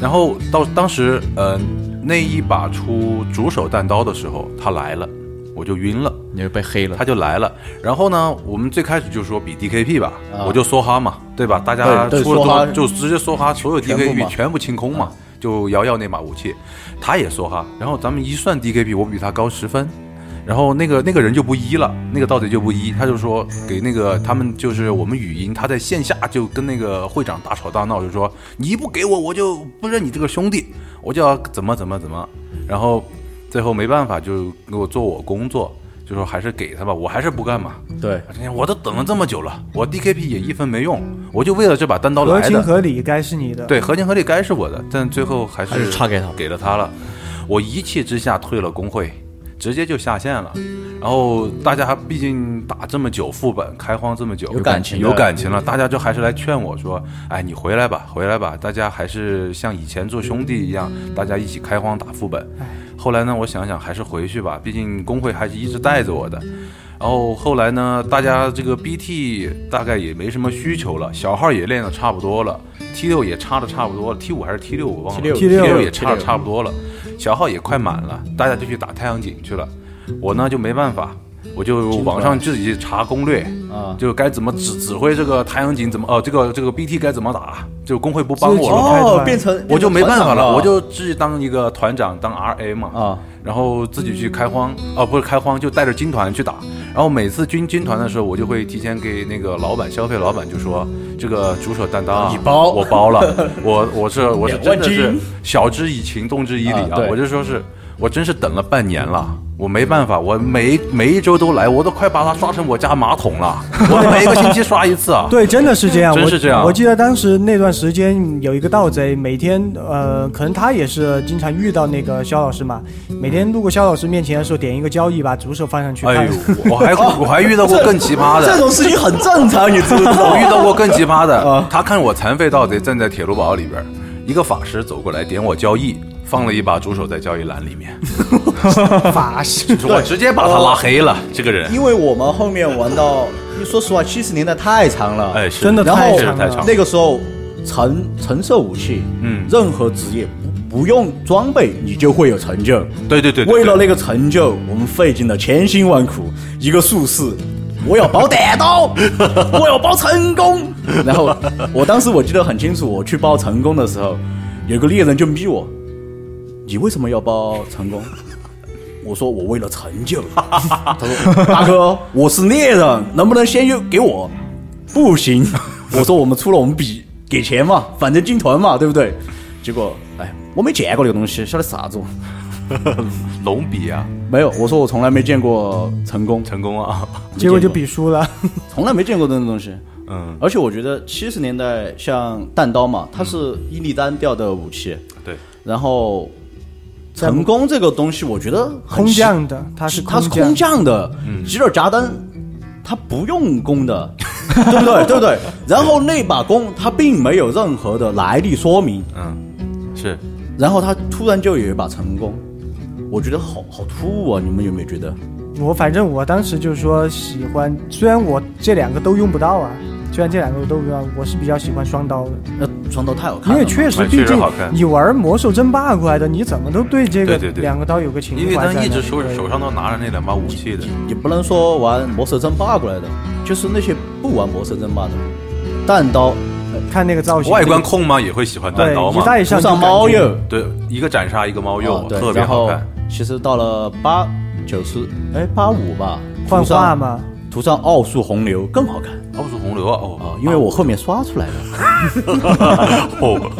然后到当时呃那一把出主手弹刀的时候，他来了，我就晕了。你就被黑了他。就来了。然后呢，我们最开始就说比 DKP 吧，啊我就梭哈嘛，对吧？大家对对出了梭哈多就直接梭哈，所有嗯全部嘛嗯 DKP 全部清空嘛，就瑶瑶那把武器，他也梭哈。然后咱们一算 DKP，我比他高十分。然后那个那个人就不一了，那个盗贼就不一，他就说给那个他们就是我们语音，他在线下就跟那个会长大吵大闹，就说你不给我，我就不认你这个兄弟，我就要怎么怎么怎么。然后最后没办法，就给我做我工作，就说还是给他吧，我还是不干嘛。哎对，我都等了这么久了，我 DKP 也一分没用，我就为了这把单刀合来情的。合理该是你的。，对，合情合理该是我的，但最后还还是是差给他了给了他了。我一气之下退了工会，直接就下线了。然后大家毕竟打这么久，副本开荒这么久，有感情的有感情了，大家就还是来劝我说：“哎，你回来吧，回来吧，大家还是像以前做兄弟一样，大家一起开荒打副本。”后来呢，我想想还是回去吧，毕竟工会还是一直带着我的。然后后来呢，大家这个 BT 大概也没什么需求了，小号也练的差不多了，T 六也差的差不多了，T 五还是 T 六我忘了 T6 六也差的 T6 差不多了，小号也快满了，大家就去打太阳井去了。我呢就没办法，我就网上自己查攻略，啊，就该怎么指指挥这个太阳井怎么哦，这个这个 BT 该怎么打，就工会不帮我了，开哦团，变成啊我就没办法变成团长了，我就自己当一个团长当 RA 嘛，啊，然后自己去开荒，哦、不是开荒，就带着军团去打。然后每次军军团的时候，我就会提前给那个老板消费老板就说，这个主手担当啊你包我包了，我 我是我是两真万的是军晓之以情，动之以理啊啊对，我就说是我真是等了半年了。我没办法，我每每一周都来，我都快把它刷成我家马桶了。我每一个星期刷一 次啊。 对，真的是这样，真我是这样我记得当时那段时间有一个盗贼，每天呃，可能他也是经常遇到那个肖老师嘛，每天路过肖老师面前的时候，点一个交易，把主手放上去。哎呦看，我还我还遇到过更 奇葩的。这种事情很正常，你知不知道？ 我遇到过更奇葩的，他看我残废盗贼站在铁路堡里边儿，一个法师走过来点我交易，放了一把主手在交易栏里面， 法师，我直接把他拉黑了。这个人，因为我们后面玩到，说实话，七十年代太长了，哎，是真的然后太是长太长了。那个时候，橙橙色武器，嗯任何职业不不用装备，你就会有成就。对对对，对为了那个成就，我们费尽了千辛万苦，一个术士。我要保逮 刀，我要保成功。然后我当时我记得很清楚，我去报成功的时候，有个猎人就逼我：“你为什么要报成功？” 我说：“我为了成就。”他说：“大哥，我是猎人，能不能先用给我？”不行， 我说我们出了我们比给钱嘛，反正进团嘛，对不对？结果哎，我没见过那个东西，晓得是啥子哦？龙比啊，没有，我说我从来没见过成功，成功啊， 结果就比输了。从来没见过这种东西。嗯，而且我觉得七十年代像弹刀嘛，它嗯是伊利丹调的武器，对，然后成功这个东西，我觉得很空奇降的，他是它是空嗯空，降的，吉尔加丹他不用弓的，对不对？对不对？然后那把弓它并没有任何的来历说明，嗯，是然后他突然就有一把成功，我觉得好好突兀啊！你们有没有觉得？我反正我当时就是说喜欢，虽然我这两个都用不到啊，虽然这两个都用不到，我是比较喜欢双刀的，那双刀太好看因了嘛，为确实，哎毕确实竟好看你玩魔兽争霸过来的，你怎么都对这个对对对两个刀有个情因为怀他在那里。一直手手上都拿着那两把武器的，也不能说玩魔兽争霸过来的，就是那些不玩魔兽争霸的，弹刀看那个造型，外观控嘛也会喜欢对单刀一嘛，戴涂上上猫就感觉鼬，对，一个斩杀一个猫鼬啊，对，哦特别然好后看。其实到了八九十，哎，八五吧，幻涂上化嘛，涂上奥数红牛更好看奥数洪流啊，啊哦，，因为我后面刷出来的。哦，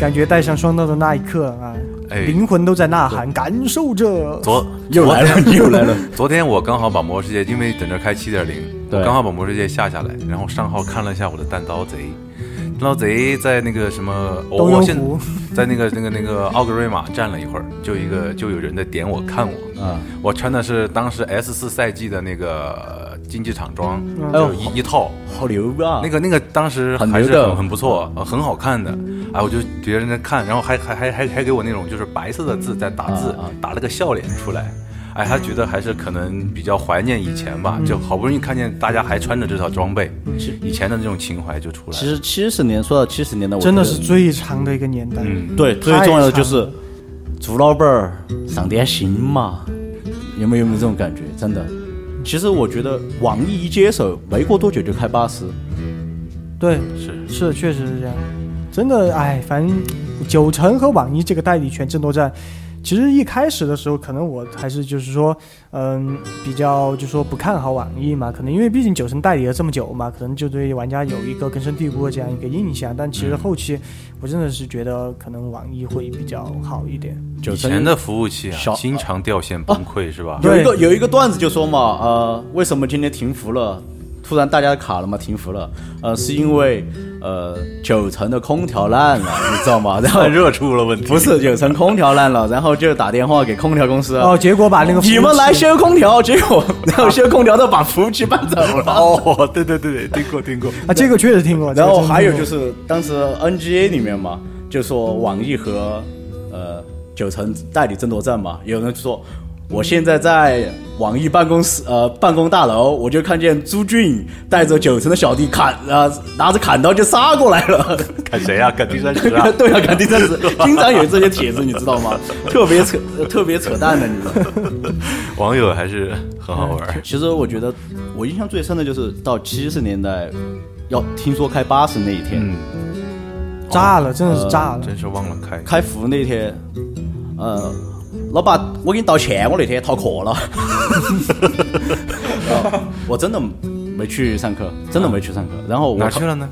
感觉戴上双刀的那一刻啊，哎灵魂都在呐喊，感受着。昨 又来 了，你又来了。昨天我刚好把《魔兽世界》，因为等着开七点零，对我刚好把《魔兽世界》下下来，然后上号看了一下我的单刀贼，单刀贼在那个什么，哦、东幽我现谷在那个那个那个奥格瑞玛站了一会儿，就一个就有人在点我看我，嗯啊，我穿的是当时 S 四赛季的那个呃竞技场装，嗯就哎一、一套。好牛啊！那个那个当时很还是牛的很很不错、呃很好看的，哎，我就觉得那看，然后还还还还还给我那种就是白色的字在打字，啊啊打了个笑脸出来，哎，他觉得还是可能比较怀念以前吧，嗯就好不容易看见大家还穿着这套装备，以前的那种情怀就出来其了。实七十年说到七十年代，我真的觉得是最长的一个年代，嗯，对最太重要的长就是朱老板儿上点心嘛，有没有没有这种感觉？真的，其实我觉得网易一接手，没过多久就开八十，对，是是确实是这样，真的哎，反正九城和网易这个代理权争夺战，其实一开始的时候，可能我还是就是说，嗯，比较就说不看好网易嘛，可能因为毕竟九城代理了这么久嘛，可能就对玩家有一个根深蒂固的这样一个印象。但其实后期，我真的是觉得可能网易会比较好一点。九以成前的服务器呃小啊，经常掉线崩溃是吧？有一个对有一个段子就说嘛，呃，为什么今天停服了？突然大家卡了嘛，停服了，呃，是因为呃九层的空调烂了，你知道 吗？然后散热出了问题，不是九层空调烂了，然后就打电话给空调公司，哦，结果把那个你服务们器来修空调，结果然后修空调的把服务器搬走了。哦，对对对对，听过听过，啊，这个确实听过。然后还有是。就是当时 NGA 里面嘛，就说网易和呃九城代理争夺战嘛，有人就说我现在在网易办公室呃办公大楼，我就看见朱俊带着九城的小弟砍呃拿着砍刀就杀过来 了。砍谁啊？砍丁山石啊？ 对啊，肯定真是经常有这些帖子，你知道 吗？特别扯，特别扯淡的，你知道吗。网友还是很好玩儿。其实我觉得，我印象最深的就是到七十年代，要听说开八十那一天，嗯，炸哦了，真的是炸了。真是忘了开。开服那天，呃，老板，我给你道歉，我那天逃课 了，然后我真的没去上课，真的没去上啊课。然后我哪去了呢？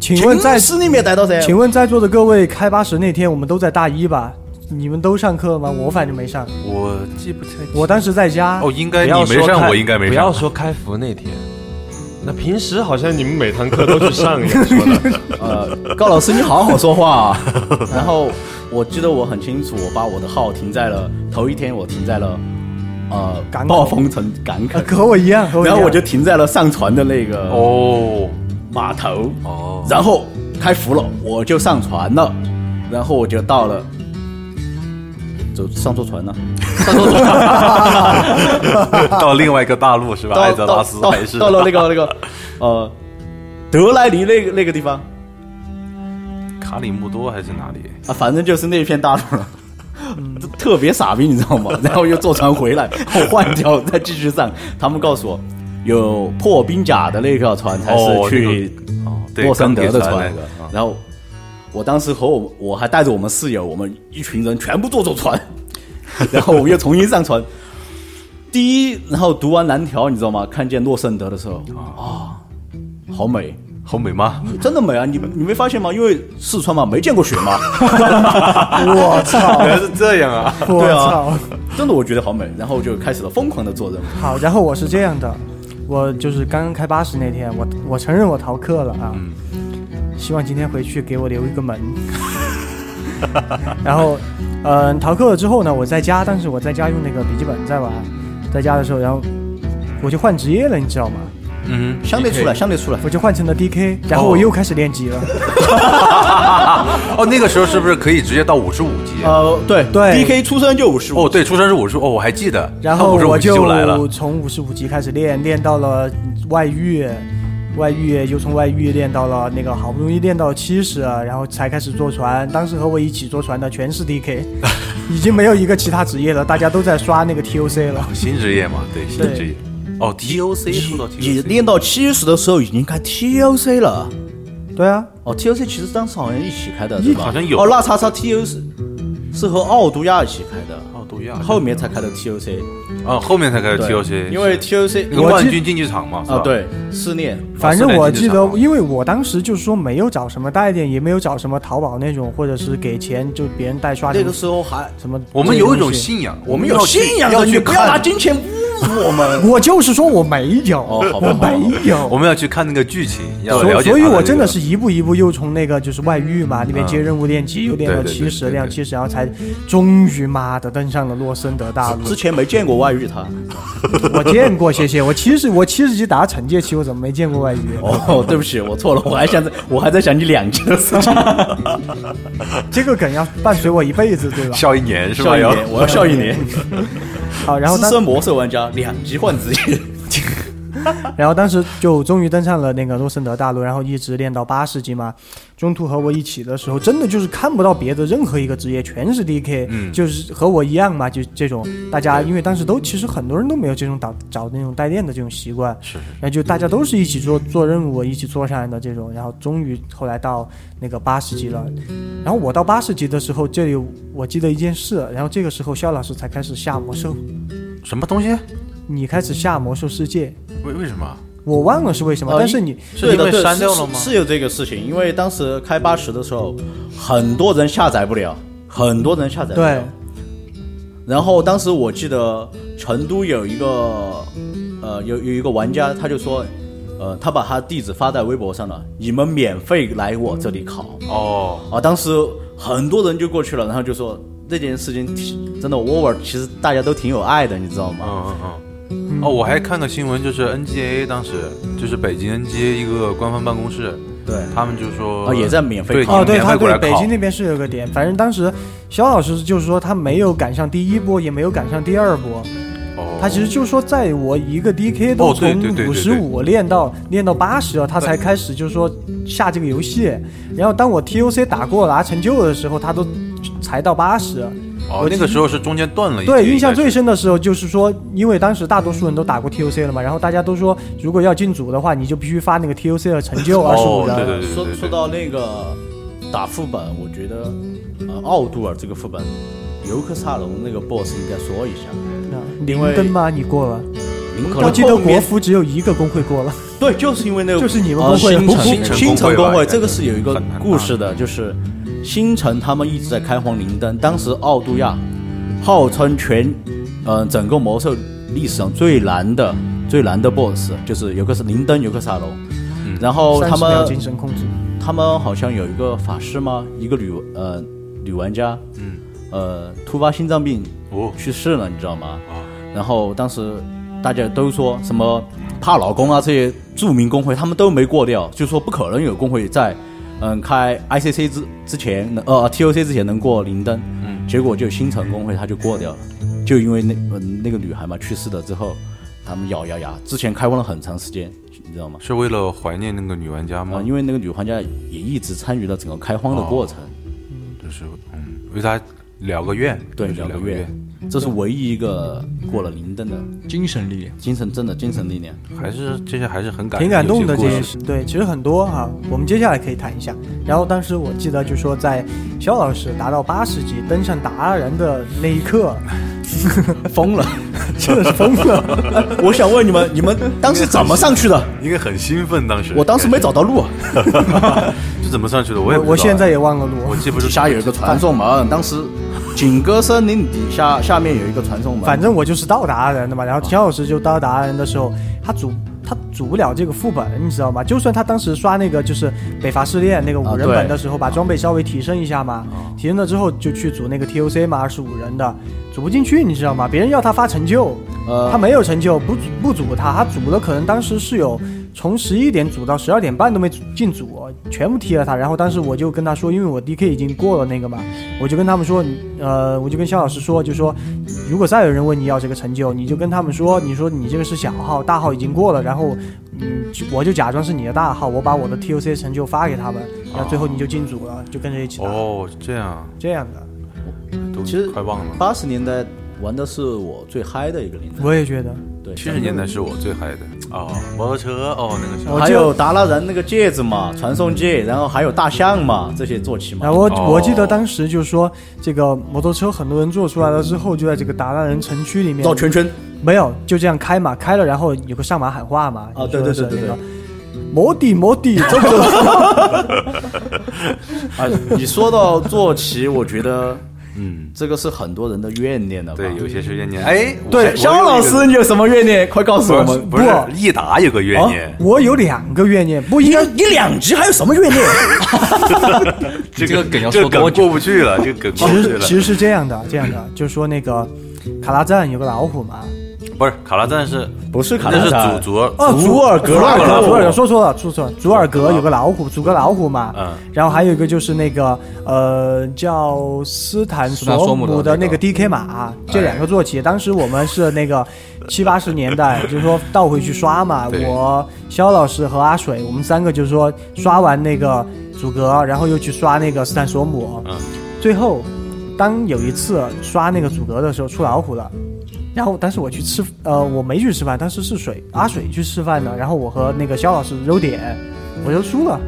请问在市里面逮到谁？请问在座的各位，开八十那天我们都在大一吧？你们都上课吗？我反正没上，我记不太清。我当时在家。哦，应不该你要没说上，开我应该没不上。要说开服那天，那平时好像你们每堂课都去上一 样说的。呃，高老师，你好好 说话、啊。然后我记得我很清楚，我把我的号停在了头一天，我停在了呃港口暴风城港口呃，和我一样，和我一然样。后我就停在了上船的那个哦码头， 哦，然后开服了，我就上船了，然后我就到了。走上错船了，到另外一个大陆是吧？到艾泽拉到斯到还是到了那个那 个，呃，德莱尼那个那个地方啊，卡里木多还是哪里？反正就是那片大陆了，嗯就 特别傻逼，你知道吗？ 然后又坐船回来，我换掉再继续上。他们告诉我，有破冰甲的那条船才哦是去那哦，对，洛杉矶的钢铁船那个啊，然后我当时和我我还带着我们室友，我们一群人全部坐坐 船，然后我们又重新上船。第一，然后读完蓝条，你知道吗？看见洛圣德的时候，啊，好美，好美吗？真的美啊！你你没发现吗？因为四川嘛，没见过雪嘛， 我操哦原！来是这样啊！我对操啊！，真的我觉得好美。然后就开始了疯狂的做人，好，然后我是这样的，我就是刚刚开八十那天，我我承认我逃课了啊。希望今天回去给我留一个门。 然后，嗯，逃课了之后呢，我在家，但是我在家用那个笔记本在玩，在家的时候，然后我就换职业了，你知道吗？嗯哼，相对出来，相对出来，我就换成了 DK，然后哦我又开始练级了。哦，那个时候是不是可以直接到五十五级？呃，对对，DK 出生就五十五，哦，对，出生是五十，哦，我还记得，然后五十五我级就来了。从五十五级开始练，练到了外遇，外遇又从外遇练到了那个好不容易练到七十，啊然后才开始坐船。当时和我一起坐船的全是 DK，已经没有一个其他职业了，大家都在刷那个 TOC 了。新职业嘛，对，新对职业。哦，TOC 说到你 TOC，练到七十的时候已经开 TLC 了。对啊，哦，TLC 其实当时好像一起开的，对吧？嗯好像有哦，那叉叉 TLC 是和奥杜亚一起开的，哦，都一样。后面才开的 TLC。啊，后面才开始对 TOC，因为那 TLC 个我冠记军竞技场嘛，是吧啊，，对，试炼。反正我记得哦，因为我当时就是说没有找什么代练，也没有找什么淘宝那种，或者是给钱就别人代刷那什个么时候还，什么。我们有一种，信仰，我们要有去信仰要的，你去不要拿看，金钱侮辱我 们。我就是说我没有，哦好吧我没有，我们要去看那个剧情，要所了以解。所以，我真的是，一步一步又从那个就是外遇嘛，那边接任务练级，又练到啊对对对七对十，对练到七十，然后才终于妈的登上了洛森德大陆之。前没见过外遇他，我见过，谢谢。我七十，我七十级打惩戒期，我怎么没见过外遇？哦， 对不起，我错了，我还想着，我还在想你两件事情，这个梗要伴随我一辈子，对吧？笑一年是 吧？笑一要年，我要笑一年。好，然后资当深魔兽玩家，两级换职业，然后当时就终于登上了那个洛森德大陆，然后一直练到八十级嘛。中途和我一起的时候，真的就是看不到别的任何一个职业，全是 DK，、嗯就是和我一样嘛，就这种大家，因为当时都其实很多人都没有这种找找那种代练的这种习惯，是然后就大家都是一起做做任务，一起做上来的这种，然后终于后来到那个八十级了，然后我到八十级的时候，这里我记得一件事，然后这个时候肖老师才开始下魔兽，什么东西？你开始下魔兽世界，为为什么？我忘了是为什么，呃但是你是对因的为对删是掉了吗是是有这个事情，因为当时开八十的时候，很多人下载不了，很多人下载不了对。然后当时我记得成都有一个呃有有一个玩家，他就说，呃，他把他地址发在微博上了，你们免费来我这里考哦，啊！当时很多人就过去了，然后就说这件事情挺真的 over，其实大家都挺有爱的，你知道吗？嗯嗯嗯。哦，我还看个新闻，就是 NGA 当时就是北京 NGA 一个官方办公室，对他们就说啊也在免费对考哦，对，免他费过对来北考京那边是有个点，反正当时肖老师就是说他没有赶上第一波，也没有赶上第二波，哦，他其实就是说在我一个 DK 都哦对从对对对五对十五练到练到八十了，他才开始就是说下这个游戏，然后当我 TOC 打过拿成就的时候，他都才到八十。哦那个时候是中间断了一对，节印象应该最是深的时候就是说，因为当时大多数人都打过 TOC 了嘛，然后大家都说如果要进组的话，你就必须发那个 TOC 的成就哦二十五人。对对对对呃说对说到那个打副本，我觉得呃奥杜尔这个副本，尤克萨隆那个 BOSS 应该说一下。嗯因零为根吗？你过了？你们可能我记得后国面服只有一个工会过了。对，就是因为那个就是你们呃工会新不不新不新城工工会会，吧这个是有一个故事的，就是新城他们一直在开黄铃灯，当时奥杜亚号称全嗯、呃整个魔兽历史上最难的最难的 BOSS，就是有个是林登，有个萨隆。嗯然后哦他30秒们精神控制。他们好像有一个法师吗？一个女呃女玩家，嗯，呃，突发心脏病哦去世了，你知道吗？啊然后当时大家都说什么怕老公啊这些著名工会，他们都没过掉，就说不可能有工会在嗯开 ICC 之之前能呃 TOC 之前能过零灯，嗯结果就新城工会他就过掉了，就因为那、嗯那个女孩嘛去世了之后，他们咬牙牙，之前开荒了很长时间，你知道吗？是为了怀念那个女玩家啊、吗？因为那个女玩家也一直参与了整个开荒的过程，哦就是嗯，为她疗个愿，对，就是两疗个愿月，，这是唯一一个过了零灯的精神力量。精神真的精神力量。还是这些还是很感挺感动的这有件些故事事。对，其实很多哈、我们接下来可以谈一下。然后当时我记得就说，在肖老师达到八十级登上达人的那一刻，疯了！真的是 疯了。 我想问你们，你们当时怎么上去的？应该很兴奋，当时我当时没找到路啊。是怎么上去的，我也我不知道啊我现在也忘了路。我记不住底下有一个传送门，当时井歌森林底下下面有一个传送门。嗯反正我就是到达人的嘛，然后肖老师就到达人的时候，他组他组不了这个副本，你知道吗？就算他当时刷那个就是北伐试炼那个五人啊本对的时候，把装备稍微提升一下嘛，提升了之后就去组那个 TOC 嘛，二十五人的，组不进去，你知道吗？别人要他发成就，呃他没有成就，不组不组他，他组的可能当时是有从十一点组到十二点半都没进组，全部踢了他。然后当时我就跟他说，因为我 DK 已经过了那个嘛，我就跟他们说，你呃，我就跟肖老师说，就说如果再有人问你要这个成就，你就跟他们说，你说你这个是小号，大号已经过了，然后嗯，就我就假装是你的大号，我把我的 TOC 成就发给他们，然后最后你就进组了，就跟着一起打，哦，这样这样的。都其实快忘了。八十年代玩的是我最嗨的一个年代，我也觉得，对，七十年代是我最嗨的哦，摩托车哦，那个时候我还就有达拉人那个戒指嘛，传送戒，然后还有大象嘛，这些坐骑嘛然。后我、哦我记得当时就说，这个摩托车很多人做出来了之后，就在这个达拉人城区里面绕圈圈，没有，就这样开嘛，开了然后有个上马喊话嘛。哦你说的是对对对那对个。摩底摩底，走走走 啊，你说到坐骑，我觉得嗯，这个是很多人的怨念的吧。对，有些是怨念。哎，我还对，肖老师，你有什么怨念？快告诉我我们有一个。不是不是益达有个啊怨念，我有两个怨念，不应该你两集还有什么怨念？这这个梗要这说个多梗久过不去了，这个梗其过不去实了其。实是这样的，这样的，就是说那个卡拉赞有个老虎嘛，不是卡拉赞是， 不是卡那拉是赞祖祖哦，祖祖尔格，祖祖尔格格，嗯老啊虎祖尔格，说错了，说错了，祖尔格有个老虎，祖格老虎嘛，嗯，然后还有一个就是那个呃叫斯坦索姆的那个哎 DK 马、啊这两个坐骑，当时我们是那个七八十年代，就是说倒回去刷嘛，对我肖老师和阿水，我们三个就是说刷完那个祖格，然后又去刷那个斯坦索姆，嗯最后当有一次刷那个祖格的时候出老虎了。然后，但是我去吃，呃，我没去吃饭，当时是水阿水去吃饭嗯的。然后我和那个肖老师揉点，我就输了。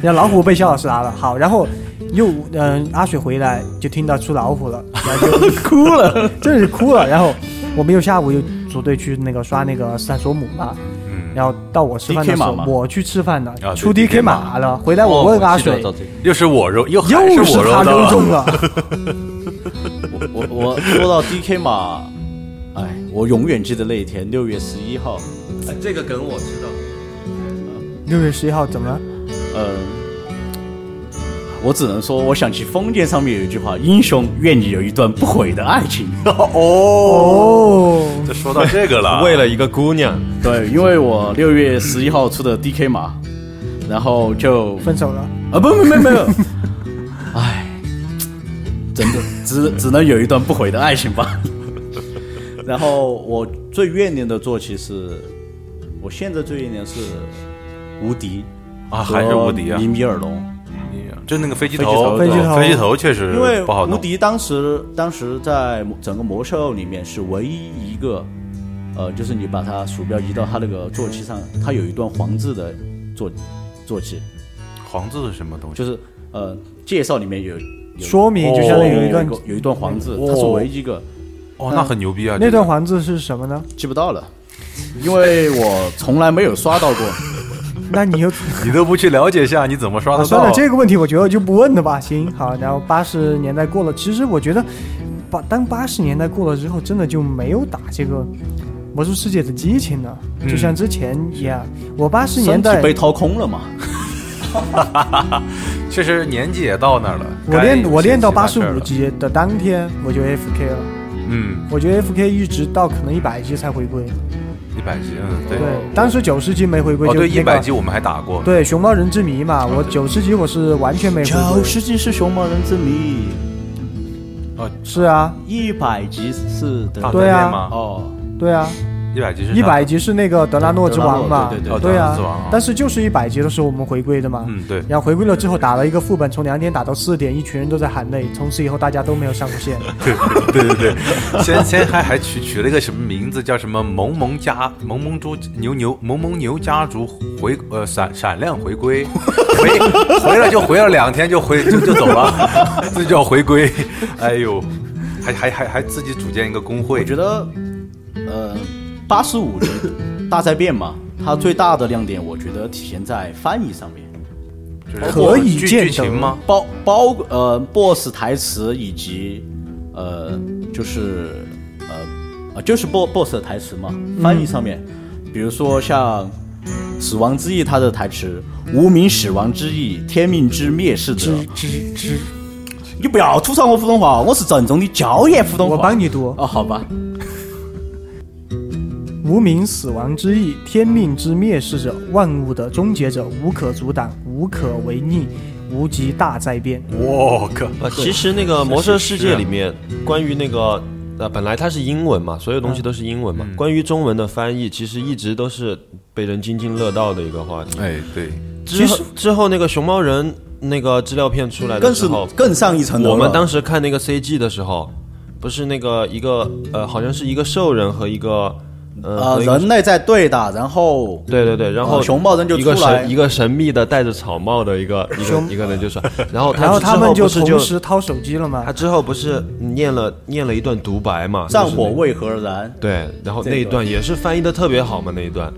那老虎被肖老师拿了，好，然后又嗯、阿水回来就听到出老虎 了，然后就哭了，真的是哭了。然后我们又下午又组队去那个刷那个斯坦索姆嘛，嗯，然后到我吃饭的时 DK 马候嘛，我去吃饭的，啊对出 DK DK 马哦马了，回来我问阿水，又是我揉，又还又我他揉到扔了中。了，我我说到 DK 嘛，哎，我永远记得那一天，六月十一号。这个梗我知道。六月十一号怎么了？嗯，我只能说，我想起《封建》上面有一句话：“英雄愿你有一段不悔的爱情。 哦，这说到这个了，为了一个姑娘，”对，因为我六月十一号出的 DK 嘛，然后就分手了，啊，不，没没没 有，唉，真的只只能有一段不悔的爱情吧。 然后我最怨念的坐骑是，我现在最怨念是无敌啊，还是无敌啊尼！米尔龙。就那个飞机头头，飞机头飞机头确实因为呃不好无弄。敌当时当时在整个魔兽里面是唯一一个，呃，就是你把它鼠标移到它那个坐骑上，它有一段黄字的坐坐骑，黄字是什么东西？就是呃介绍里面有有哦说明就相当于有一段、有一段黄字，它是唯一一个哦，那很牛逼啊！那这个段黄字是什么呢？记不到了，因为我从来没有 刷到过。那你又。你都不去了解一下，你怎么刷啊，得算到了，？这个问题我觉得就不问了吧。行，好，然后八十年代过了，其实我觉得，把当八十年代过了之后，真的就没有打这个魔兽世界的激情了，就像之前一样。我八十年身体代，被掏空了嘛？确实年纪也到那儿了。我练我练到八该十想五其他事级的当天，我就 FK 了。儿了，嗯，我觉得 FK 一直到可能一百级才回归。一百级，嗯，对对，当时九十级没回归哦，就对，一那百个级。我们还打过。对，熊猫人之谜嘛，我九十级我是完全没回九归。十级是熊猫人之谜，是啊，一百级是的大对啊团练吗？哦，对啊，一百级是一啥百级是那个德拉诺之王嘛，对对对对德拉诺啊之王啊，但是就是一百级的时候我们回归的嘛，嗯， 对，然后回归了之后打了一个副本，从两点打到四点，一群人都在喊累，从此以后大家都没有上过 线。对对对，先先还还取取了一个什么名字，叫什么萌萌家萌萌猪牛牛萌萌牛家族回呃闪闪亮回归，回回来就回了两天就回就就走了， 这叫回归。哎呦，还还还还自己组建一个工我会，觉得，呃，八十五级大灾变嘛，它最大的亮点，我觉得体现在翻译上面，就是可以剧见剧情得吗？包包呃 BOSS 台词以及呃就是呃啊就是 BO BOSS 的台词嘛，翻译上面，比如说像。死亡之翼，它的台词“无名死亡之翼，天命之灭世者”，吱吱，你不要吐槽我普通哦哦话，我是正宗的椒盐普通话。我帮你读哦，好吧。无名死亡之翼，天命之灭世者，万物的终结者，无可阻挡，无可违逆，无极大灾变。嗯我靠，啊，其实那个《魔兽世界》里面啊关于那个呃，本来它是英文嘛，所有东西都是英文嘛，嗯关于中文的翻译，其实一直都是被人津津乐道的一个话题。哎，对，之后之后那个熊猫人那个资料片出来的更时是候，更上一层楼了。我们当时看那个 CG 的时候，不是那个一个呃，好像是一个兽人和一个呃呃和一个人类在对打，然后对对对，然后呃熊猫人就一个出来神一个神秘的戴着草帽的一个一个熊一个人就 说，然后然后他他之后们不就是同就时掏手机了嘛他？之后不是念了念了一段独白嘛，战就是那火为何燃？对，然后那一段也是翻译的特别好嘛，那一段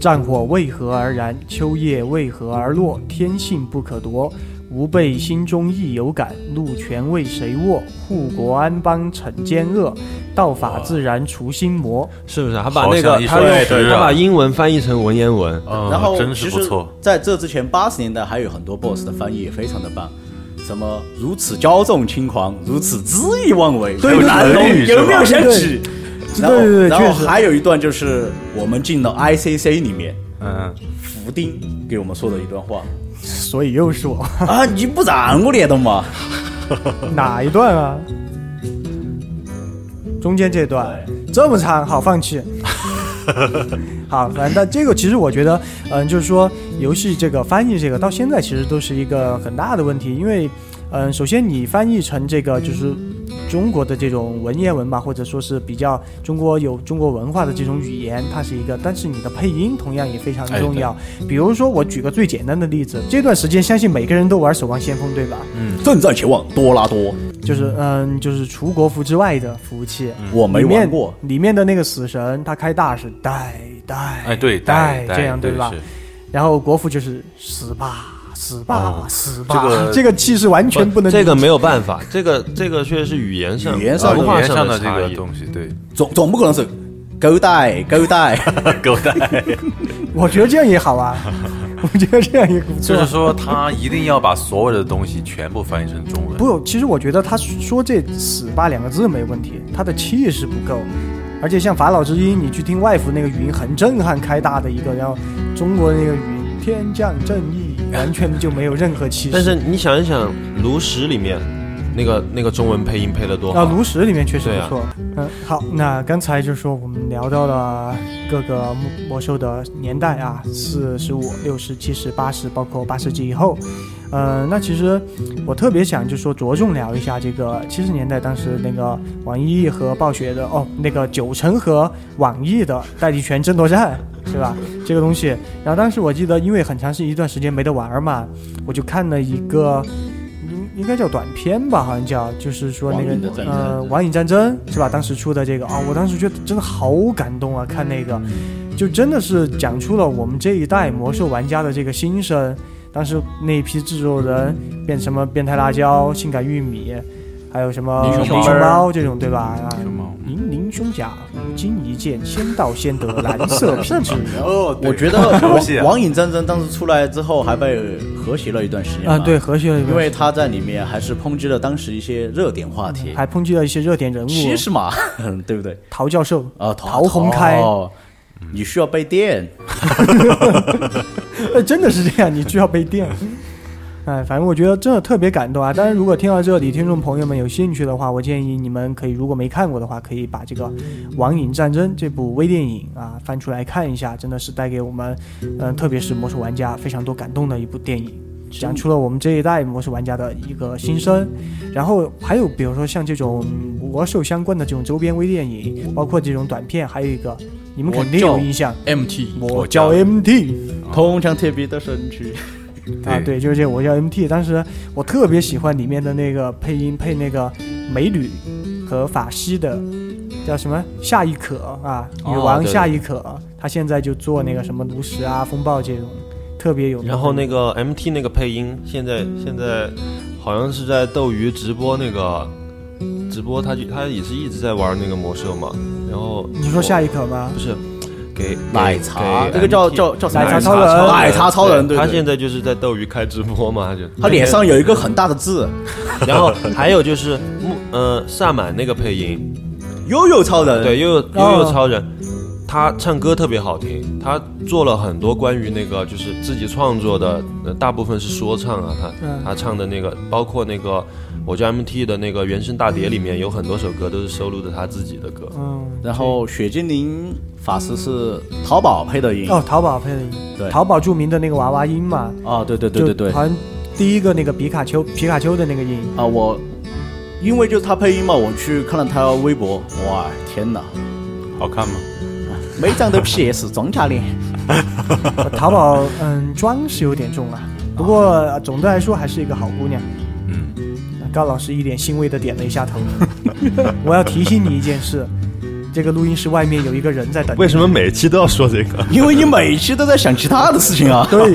战火为何而燃？秋叶为何而落？天性不可夺，吾辈心中亦有感。路权为谁握？护国安邦惩奸恶，道法自然除心魔。是不是？他把好那个像一他首用诗他啊把英文翻译成文言文，嗯然后真其是实不错，在这之前八十年代还有很多 BOSS 的翻译也非常的棒。什么如此骄纵轻狂，如此恣意妄为，对有对难对懂对有没有想对起？对然后对对然确后实还有一段就是我们进了 ICC 里面，嗯，福丁给我们说的一 段话所以又是我 啊，你不让我来的嘛？哪一段啊？中间这段这么长，好放弃。好，反正但这个其实我觉得，嗯、就是说游戏这个翻译这个到现在其实都是一个很大的问题，因为，嗯、首先你翻译成这个就是中国的这种文言文吧，或者说是比较中国有中国文化的这种语言，它是一个，但是你的配音同样也非常重要。比如说我举个最简单的例子，这段时间相信每个人都玩《守望先锋》，对吧？正在前往多拉多，就是嗯，就是除国服之外的服务器，我没里面玩过。里面的那个死神，他开大是带带，哎，对，带带这样对吧是？然后国服就是死吧死吧死吧，哦这个 这个气势完全不能这个理解没有办法，这个这个确实是语言上、语言上啊文语化言上的的这差个异。东西，对，总总不可能是狗带狗 带，狗带，我觉得这样也好 啊，我觉得这样也不错。啊就是说他一定要把所有的东西全部翻译成中文，不，其实我觉得他说这“死吧”两个字没问题，他的气势不够，而且像法老之音，你去听外服那个语音很震撼，开大的一个，然后中国那个语音“天降正义”完全就没有任何气势。但是你想一想，炉石里面那个那个中文配音配的多好啊，炉石里面确实不错。嗯，好，那刚才就说我们聊到了各个魔魔兽的年代啊，四十五、六十、七十、八十，包括八世纪以后。呃，那其实我特别想就说着重聊一下这个七十年代，当时那个网易和暴雪的哦，那个九城和网易的代理权争夺战，是吧？这个东西，然后当时我记得，因为很长是一段时间没得玩儿嘛，我就看了一个，应应该叫短片吧，好像叫，就是说那网瘾的个战争呃《网瘾战争》是吧？当时出的这个啊、我当时觉得真的好感动啊，看那个，就真的是讲出了我们这一代魔兽玩家的这个心声。当时那一批制作人变什么变态辣椒、性感玉米，还有什么英雄熊猫猫这种对吧？啊，什么？银鳞胸甲，五金一件，先到先得，蓝色皮质。哦，我 觉得游戏《啊网瘾战争》当时出来之后还被和谐了一段时 间啊，嘛对，，和谐了一因段为他在里面还是抨击了当时一些热点话题，嗯还抨击了一些热点人物，其实嘛，嗯对不对？陶教授 啊，陶虹开，哦你需要被电，呃，真的是这样，你需要被 电。哎，反正我觉得真的特别感动啊！当然，如果听到这里，听众朋友们有兴趣的话，我建议你们可以，如果没看过的话，可以把这个《网瘾战争》这部微电影啊翻出来看一下，真的是带给我们，嗯、特别是魔兽玩家非常多感动的一部电影，讲出了我们这一代魔兽玩家的一个心声。然后还有比如说像这种魔兽相关的这种周边微电影，包括这种短片，还有一个你们肯定有印象， MT 我叫 MT。铜墙铁壁的身躯。啊，对，就是这个我叫 MT。当时我特别喜欢里面的那个配音，配那个美女和法西的，叫什么夏一可啊，哦女王对夏一可，她现在就做那个什么炉石啊、风暴这种，特别有名。然后那个 MT 那个配音，现在现在好像是在斗鱼直播那个直播他就，他也是一直在玩那个魔兽嘛。然后你说我夏一可吗不？是给奶茶给这个叫 MT 叫叫什么奶茶超人奶茶超人对他对现在就是在斗鱼开直播嘛，他就他脸上有一个很大的痣， 然后还有就是木呃萨满那个配音，悠悠超人。哦对，悠悠悠悠超人，他唱歌特别好听，他做了很多关于那个就是自己创作的，呃大部分是说唱啊，他、嗯他唱的那个，包括那个我叫 MT 的那个原声大碟里面有很多首歌都是收录的他自己的歌。嗯，然后雪精灵法师是淘宝配的音，哦，淘宝配的音，对，淘宝著名的那个娃娃音嘛，啊，对对对对对，就好像第一个那个皮卡丘，皮卡丘的那个 音，啊，我因为就是他配音嘛，我去看了他微博，哇，天哪，好看吗？每张都 PS 装甲脸，淘宝嗯妆是有点重啊，哦不过呃总的来说还是一个好姑娘。嗯，高老师一脸欣慰的点了一下 头。我要提醒你一件事，这个录音室外面有一个人在等。为什么每期都要说这个？ 因为你每期都在想其他的事情啊。对，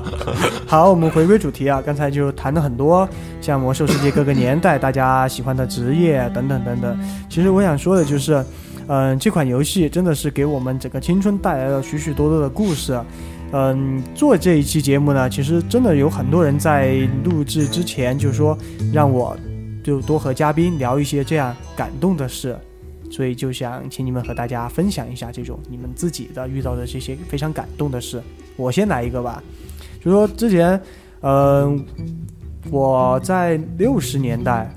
好，我们回归主题啊，刚才就谈了很多，像魔兽世界各个年代大家喜欢的职业等等等等。其实我想说的就是，嗯、这款游戏真的是给我们整个青春带来了许许多多的故事。嗯，做这一期节目呢，其实真的有很多人在录制之前就说让我就多和嘉宾聊一些这样感动的事。所以就想请你们和大家分享一下这种你们自己的遇到的这些非常感动的事。我先来一个吧，就说之前，嗯、我在六十年代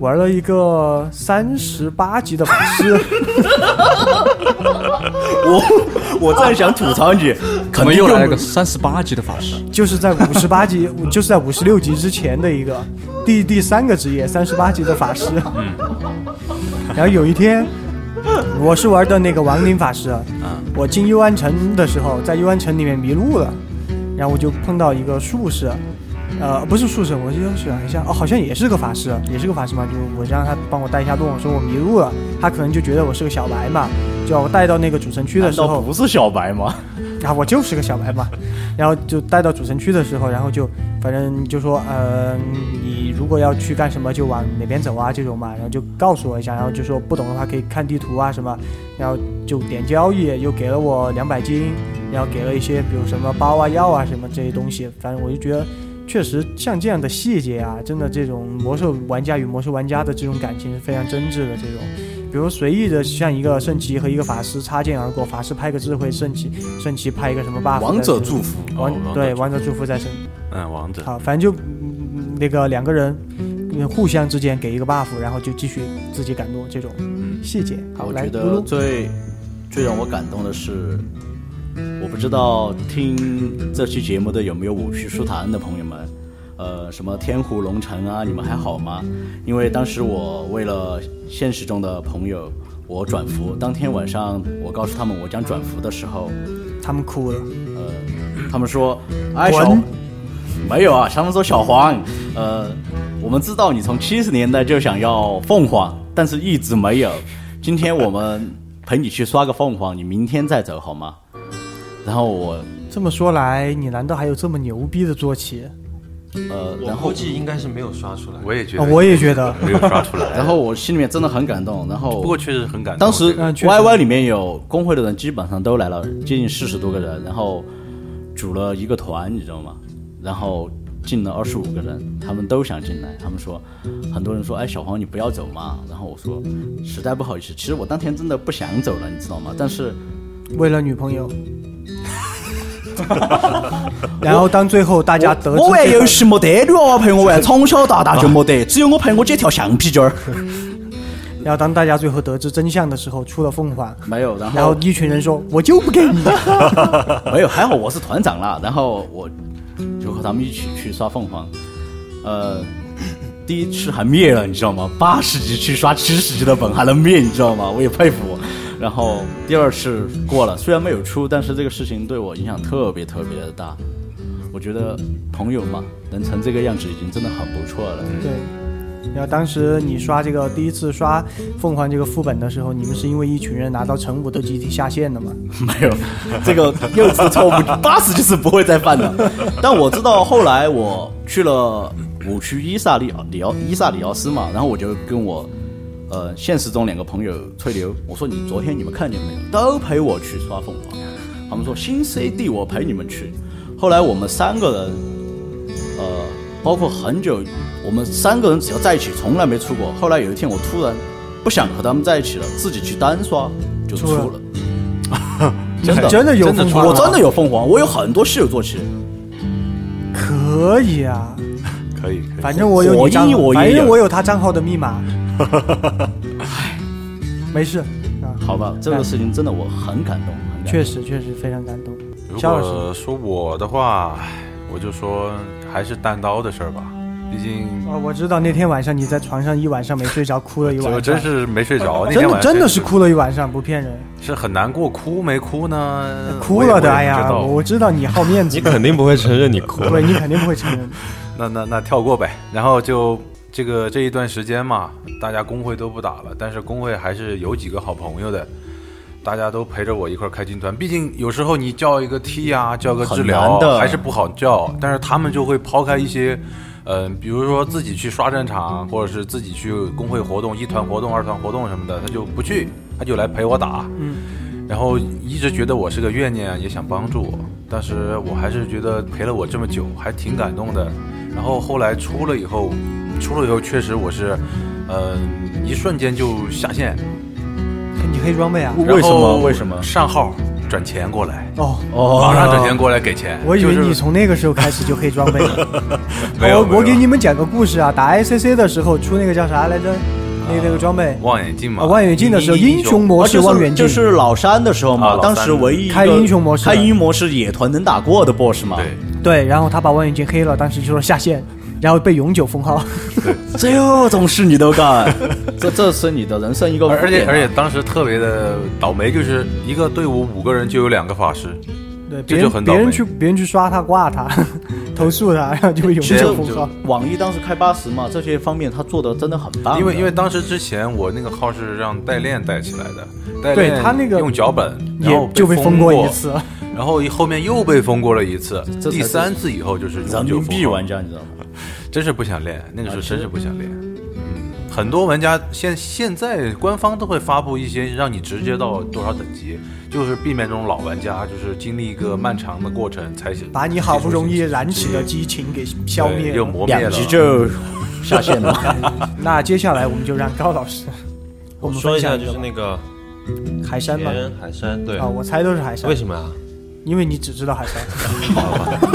玩了一个三十八级的法师， 我我正想吐槽你，我肯们定又来了用个三十八级的法师，就是在五十八级， 就是在五十六级之前的一个第第三个职业，三十八级的法师。嗯 然后有一天，我是玩的那个亡灵法师，嗯我进幽安城的时候，在幽安城里面迷路了，然后我就碰到一个术士，呃，不是术士，我就想一下，哦，好像也是个法师，也是个法师嘛，就我让他帮我带一下路，我说我迷路了，他可能就觉得我是个小白嘛，就把我带到那个主城区的难时道候，不是小白吗？啊，我就是个小白嘛，然后就带到主城区的时候，然后就反正就说，呃，你如果要去干什么，就往哪边走啊这种嘛，然后就告诉我一下，然后就呃说不懂的话可以看地图啊什么，然后就点交易，又给了我两百金，然后给了一些比如什么包啊药啊什么这些东西，反正我就觉得确实像这样的细节啊，真的这种魔兽玩家与魔兽玩家的这种感情是非常真挚的这种。比如随意的像一个圣骑和一个法师擦肩而过，法师拍个智慧，圣骑圣骑拍一个什么 buff，王者在身祝福，王、哦王者对祝福王者祝福在身，嗯，王者，好，反正就、嗯那个两个人嗯互相之间给一个 buff，然后就继续自己赶路这种嗯，细节。好，我来觉露得露最最让我感动的是，我不知道听这期节目的有没有五趣书坛的朋友们，呃，什么天湖龙城啊，你们还好吗？因为当时我为了现实中的朋友，我转服。当天晚上我告诉他们我将转服的时候，他们哭了，呃，他们说，哎，滚小，没有啊，他们说小黄，呃，我们知道你从七十年代就想要凤凰，但是一直没有。今天我们陪你去刷个凤凰，你明天再走好吗？然后我，这么说来，你难道还有这么牛逼的坐骑？呃，我然估后，计应该是没有刷出来。我也觉啊得，我也觉 得没有刷出来。然后我心里面真的很感动。然后，不过确实很感动。当时嗯确实 YY 里面有工会的人基本上都来了，接近四十多个人，然后组了一个团，你知道吗？然后进了二十五个人，他们都想进来。他们说，很多人说，哎，小黄你不要走嘛。然后我说，实在不好意思，其实我当天真的不想走了，你知道吗？但是为了女朋友。 然后当最后大家得知我玩这个游戏没得女啊娃娃陪我玩，从小到大就没得，只有我陪我姐跳橡皮筋儿。然后当大家最后得知真相的时候，出了凤凰，没有，然后然后一群人说：“我就不给你。 没有，还好我是团长啦。然后我就和他们一起去刷凤凰，呃，第一次还灭了，你知道吗？八十级去刷七十级的本还能灭，你知道吗？我也佩服。然后第二次过了，虽然没有出，但是这个事情对我影响特别特别的大。我觉得朋友嘛，能成这个样子已经真的很不错了。”对。然后当时你刷这个第一次刷凤凰这个副本的时候，你们是因为一群人拿到成武都集体下线了嘛？没有，这个幼稚的错误 八十就是不会再犯的。但我知道后来我去了五区伊萨里哦里奥伊萨里奥斯嘛，然后我就跟我呃现实中两个朋友吹牛，我说你昨天你们看见没有，都陪我去刷凤凰。他们说新 CD 我陪你们去。后来我们三个人，呃，包括很久，我们三个人只要在一起，从来没出过。后来有一天我突然不想和他们在一起了，自己去单刷就出出了了。真 的真的有真的凤出凰我吗，真的有凤凰，我有很多稀有坐骑，可以啊，可以，可以。反正我有火你账鹰号，我啊也反正有我有他账号的密 码。没事啊，好吧，这个事情真的我很感动，很感动确实确实非常感动。如肖老果说我的话，我就说还是单刀的事儿吧，毕竟啊，我知道那天晚上你在床上一晚上没睡着，哭了一晚我上，真是没睡着。那真天的晚上真的是哭了一晚上，不骗人，是很难过，哭没哭呢？哭嗯我也了的。哎我也不呀，知道我知道你好面子你，肯定不会承认你哭了对。你肯定不会承认。那那那跳过呗。然后就这个这一段时间嘛，大家工会都不打了，但是工会还是有几个好朋友的，大家都陪着我一块儿开军团。毕竟有时候你叫一个 T 啊，叫个治疗很难的还是不好叫，但是他们就会抛开一些。嗯，比如说自己去刷战场，或者是自己去工会活动、一团活动、二团活动什么的，他就不去，他就来陪我打。然后一直觉得我是个怨念，啊也想帮助我，但是我还是觉得陪了我这么久，还挺感动的。然后后来出了以后，出了以后确实我是，呃，一瞬间就下线，你黑装备啊？为什然后么？为什么？上号转钱过来？哦，马上转哦，钱过来给钱，我以为你就是从那个时候开始就黑装备了。没有我我没有给你们讲个故事啊，打 ICC 的时候出那个叫啥来着？那个那个装备，望远镜嘛，啊望远镜的时候，英雄模式望远镜啊就，是老山的时候啊嘛，老当三时唯一一个开英雄模式开英雄模式野团能打过的 BOSS 嘛，对，对，然后他把望远镜黑了，当时就说下线，然后被永久封号。这种事你都 干，这这是你的人生一个而而且污点啊而且当时特别的倒霉，就是一个队伍五个人就有两个法师，对，别这就人很倒别霉人去别人去刷他挂他， 投诉他， 然后就被永其实久就封号。网易当时开八十嘛，这些方面他做的真的很棒的。因为因为当时之前我那个号是让代练带起来的，代对练他那个用脚本，然后也就被封封过一，次，然后后面又被封过了一次，这才第是三次以后就是人永久民币封号玩，家，你知道吗？真是不想练，那个时候真是不想练。嗯，很多玩家现现在官方都会发布一些让你直接到多少等级，就是避免这种老玩家就是经历一个漫长的过程才把你好不容易燃起的激情给消灭对又磨灭两了。局就下 线了。那接下来我们就让高老师，我们说分一下，享就个是那个吧海山吧。田海山，对啊，，我猜都是海山为，什么啊？因为你只知道海山。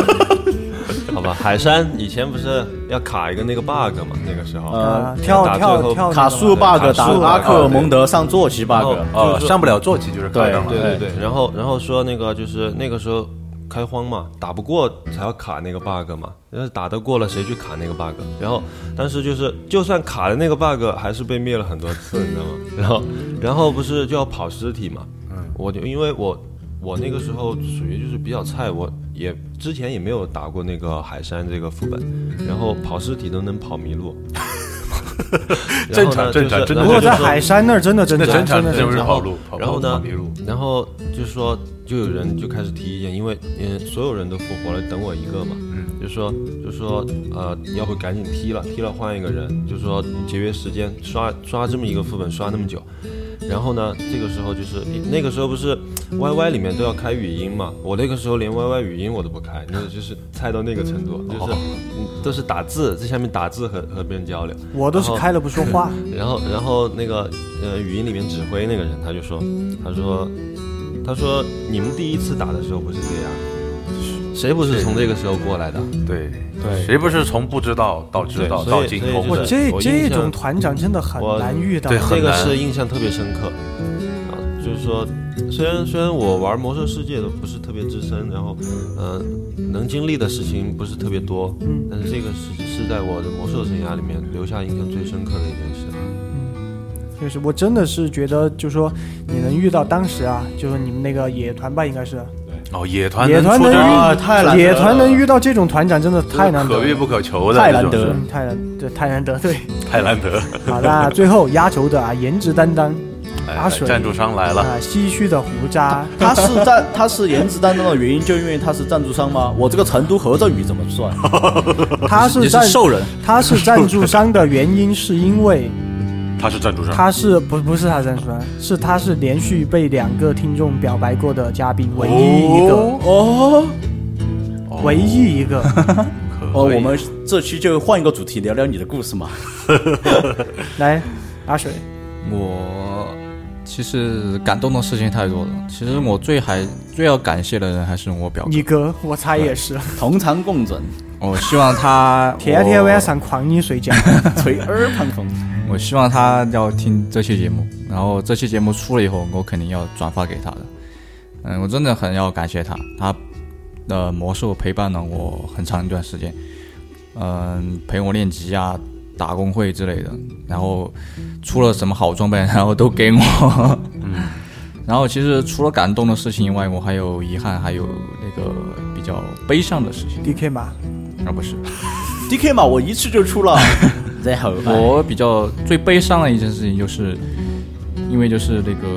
好吧，海山以前不是要卡一个那个 bug 嘛？那个时候，啊呃，跳打最跳后跳那卡个苏嘛 bug 打卡苏阿克 bug，蒙德上坐骑 bug，哦呃，就是上不了坐骑就是卡对上了。对对对，然后然后说那个就是那个时候开荒嘛，打不过才要卡那个 bug 嘛，要是打得过了谁去卡那个 bug？然后但是就是就算卡了那个 bug，还是被灭了很多次，你知道吗？ 然后然后不是就要跑尸体嘛？嗯，我就因为我我那个时候属于就是比较菜，我也之前也没有打过那个海山这个副本，然后跑尸体都能跑迷 路。然后呢正常正常就是真的不然后过就在说海山那儿真的真的那真常的是不是然跑后路？跑然后呢跑迷路？然后就说，就有人就开始提意见，因为嗯，所有人都复活了，等我一个嘛。嗯，就说就说呃，要不赶紧踢了，踢了换一个人，就说节约时间，刷刷这么一个副本刷那么久。然后呢，这个时候就是那个时候不是 YY 里面都要开语音嘛，我那个时候连 YY 语音我都不开，那个就是菜到那个程度，就是、哦嗯、都是打字，在下面打字和和别人交流。我都是然后开了不说话。然后，然后那个呃，语音里面指挥那个人，他就说，他说，他说你们第一次打的时候不是这样，谁不是从这个时候过来的？对对，谁不是从不知道到知道对所到以精所以通就我是的？这我印这象种团长真的很我难遇到，对这很个难是印象特别深刻。啊，就是说，虽然虽然我玩魔兽世界的不是特别资深，然后呃，能经历的事情不是特别多，嗯但是这个是是在我的魔兽生涯里面留下印象最深刻的一件事。就是我真的是觉得，就说你能遇到当时啊，就是你们那个野团吧，应该是哦，野团野团出能这种遇太难得了野团能遇到这种团长真的太难得可遇了，不可求的，太难得了嗯，太难对太难得对。太难得。好啦，最后压轴的啊，颜值担当阿哎，水赞助商来了，啊，唏嘘的胡渣， 他是赞，他是颜值担当的原因，就因为他是赞助商吗？我这个成都合着语怎么算？他你是是赞兽人，他是赞助商的原因是因为他是赞助商，他是不不是他赞助商，是他是连续被两个听众表白过的嘉宾，唯一一个，哦唯一一个。哦，可以我们这期就换一个主题，聊聊你的故事嘛。来，阿水，我其实感动的事情太多了。其实我最还最要感谢的人还是我表哥。你哥，我猜也是，同床共枕，我希望他天天晚上诓你睡觉。吹耳旁风。我，我希望他要听这期节目。然后这期节目出了以后，我肯定要转发给他的。嗯，我真的很要感谢他，他的魔兽陪伴了我很长一段时间。嗯，陪我练级啊，打工会之类的，然后出了什么好装备， 然后都给我。嗯，然后其实除了感动的事情以外，我还有遗憾，还有那个比较悲伤的事情。 DK 嘛，啊不是， D K 嘛，我一次就出了，然后哎我比较最悲伤的一件事情就是，因为就是那个，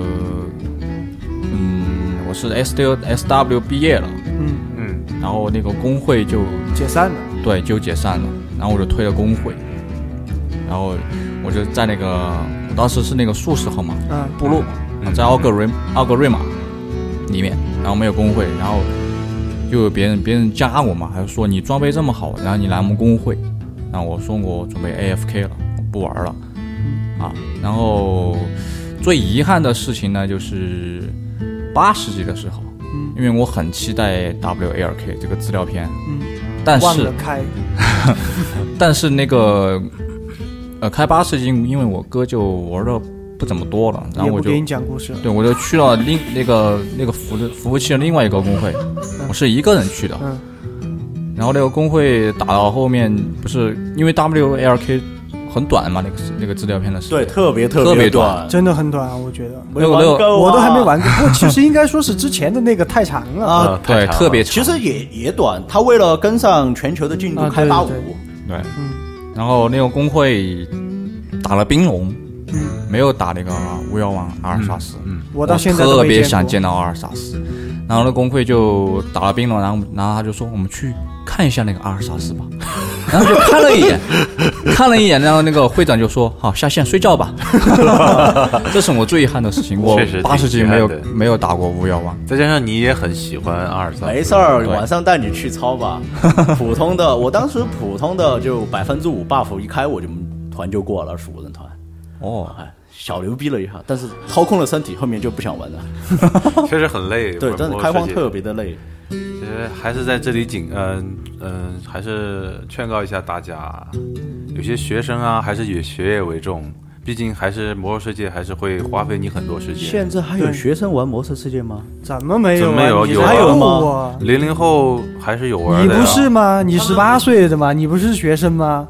嗯，我是 S W S W 毕业了，嗯，嗯，然后那个工会就解散了，对，就解散了。然后我就推了工会，然后我就在那个，我当时是那个术士号嘛，嗯，部落嘛，在奥格瑞奥格瑞玛里面，然后没有工会，然后就有别人别人加我嘛，还说你装备这么好，然后你来我们工会，然后我说我准备 AFK 了，我不玩了，啊，然后最遗憾的事情呢就是八十级的时候，因为我很期待 WARK 这个资料片，嗯但忘是了开，但是那个呃，开八世纪，因为我哥就玩的不怎么多了，然也不后我就给你讲故事了。对我就去了另那个那个服的服务器的另外一个工会，我是一个人去的。嗯然后那个工会打到后面，不是因为 WLK 很短嘛，那个那个资料片的时间对，特别特特别短，真的很短啊，我觉得没那玩个够啊我都还没。玩过。不过其实应该说是之前的那个太长了啊呃对太长了特别长其实也也短，他为了跟上全球的进度啊开八五对对，对，嗯然后那个工会打了冰龙，嗯，没有打那个巫妖王阿尔萨斯。嗯，我到现在都特没别过想见到阿尔萨斯，然后那工会就打了冰龙，然后然后他就说我们去看一下那个阿尔萨斯吧， 然后就看了一 眼，看了一眼，然后那个会长就说好下线 睡觉吧，这是我最遗憾的事情，我确实挺八十级没遗有憾的没有打过巫妖王，再加上你也很喜欢阿尔萨斯，没事儿，对晚上带你去操 吧。普通的，我当时普通的就百分之五 buff 一开，我就团就过了十五人团，哦，哎，小牛逼了一下，但是掏空了身体，后面就不想玩了。确实很累。对，玩真的魔兽开荒世界特别的累。其实还是在这里警，嗯、嗯、还是劝告一下大家，啊有些学生啊，还是以学业为重，毕竟还是魔兽世界还是会花费你很多时间现。在还有学生玩魔兽世界吗？怎么没有怎么没啊？有你有还啊有吗我？零零后还是有玩你的、呀不是吗？嗯你十八岁的吗？你不是学生吗？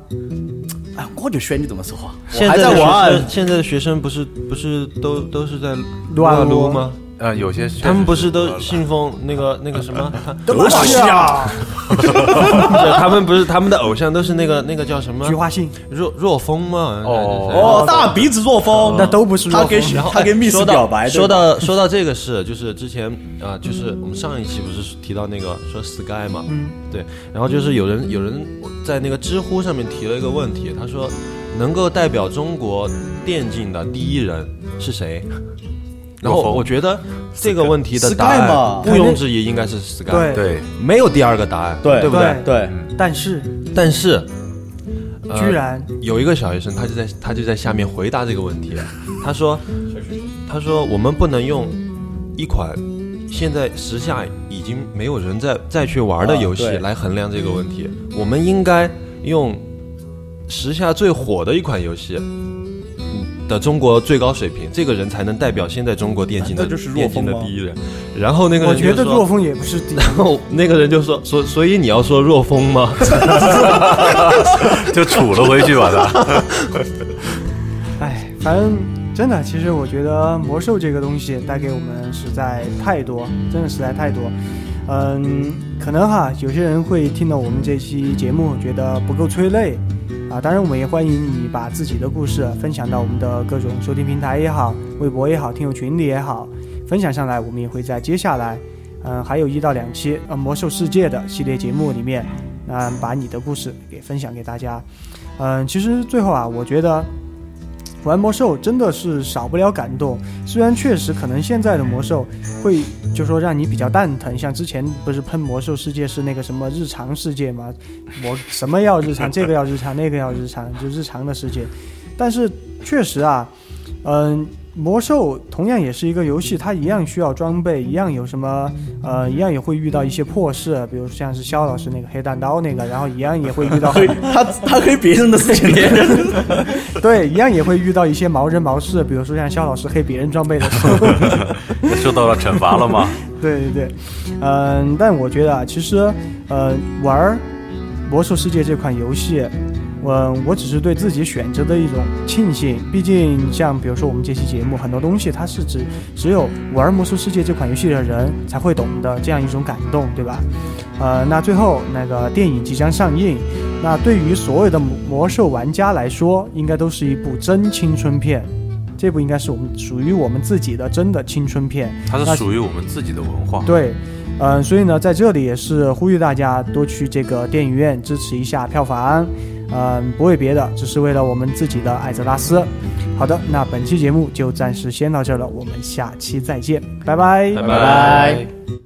哎，我就选你怎么说话，现我还在的学玩生，。现在的学生不是不是都都是在撸啊撸撸吗？呃，有些他们不是都信奉那个那个什么？他嗯都是啊，对他们不是他们的偶像都是那个那个叫什 么菊？花信若若风吗？哦哦，大鼻子若风，那都不是他弱给风然后他给哎 miss 说到表白，说对吧到说到这个事，就是之前啊、就是我们上一期不是提到那个说 Sky 嘛，嗯对，然后就是有人有人在那个知乎上面提了一个问题，他说能够代表中国电竞的第一人是谁？然后若风我觉得这个问题的 Sky 答嘛案毋庸置疑应该是 Sky，对对，没有第二个答案，对对不对嗯对，但是但是，呃居然有一个小学生，他就在他就在下面回答这个问题，他说，他说我们不能用一款现在时下已经没有人再再去玩的游戏啊对来衡量这个问题，我们应该用时下最火的一款游戏。嗯的中国最高水平，这个人才能代表现在中国电竞的那就是若电竞的风吗第一人。然后那个我人觉就得说若风也不是第一。然后 那个人就说：“所所以你要说若风吗？”就杵了回去吧他。 哎，反正真的，其实我觉得魔兽这个东西带给我们实在太多，真的实在太多。嗯，可能哈，有些人会听到我们这期节目觉得不够催泪啊。当然，我们也欢迎你把自己的故事分享到我们的各种收听平台也好，微博也好，听友群里也好，分享上来，我们也会在接下来，嗯，还有一到两期呃魔兽世界的系列节目里面，嗯，把你的故事给分享给大家。嗯，其实最后啊，我觉得玩魔兽真的是少不了感动，虽然确实可能现在的魔兽会就说让你比较蛋疼，像之前不是喷魔兽世界是那个什么日常世界嘛，我什么要日常，这个要日常，那个要日常，就日常的世界。但是确实啊，嗯、魔兽同样也是一个游戏，它一样需要装备，一样有什么呃，一样也会遇到一些破事，比如像是肖老师那个黑蛋刀那个，然后一样也会 遇到可以，他他可以别人的事情别人。对，一样也会遇到一些毛人毛事，比如说像肖老师黑别人装备的时候，受到了惩罚了吗？ 对对对，嗯、但我觉得啊，其实呃，玩儿《魔兽世界》这款游戏，我、我只是对自己选择的一种庆幸。毕竟像比如说我们这期节目，很多东西它是只只有玩《魔兽世界》这款游戏的人才会懂的这样一种感动，对吧？呃，那最后那个电影即将上映，那对于所有的魔魔兽玩家来说，应该都是一部真青春片。这部应该是我们属于我们自己的真的青春片。它那是属于我们自己的文化。对，嗯、所以呢，在这里也是呼吁大家多去这个电影院支持一下票房，嗯、不为别的，只是为了我们自己的艾泽拉斯。好的，那本期节目就暂时先到这儿了，我们下期再见，拜拜拜拜。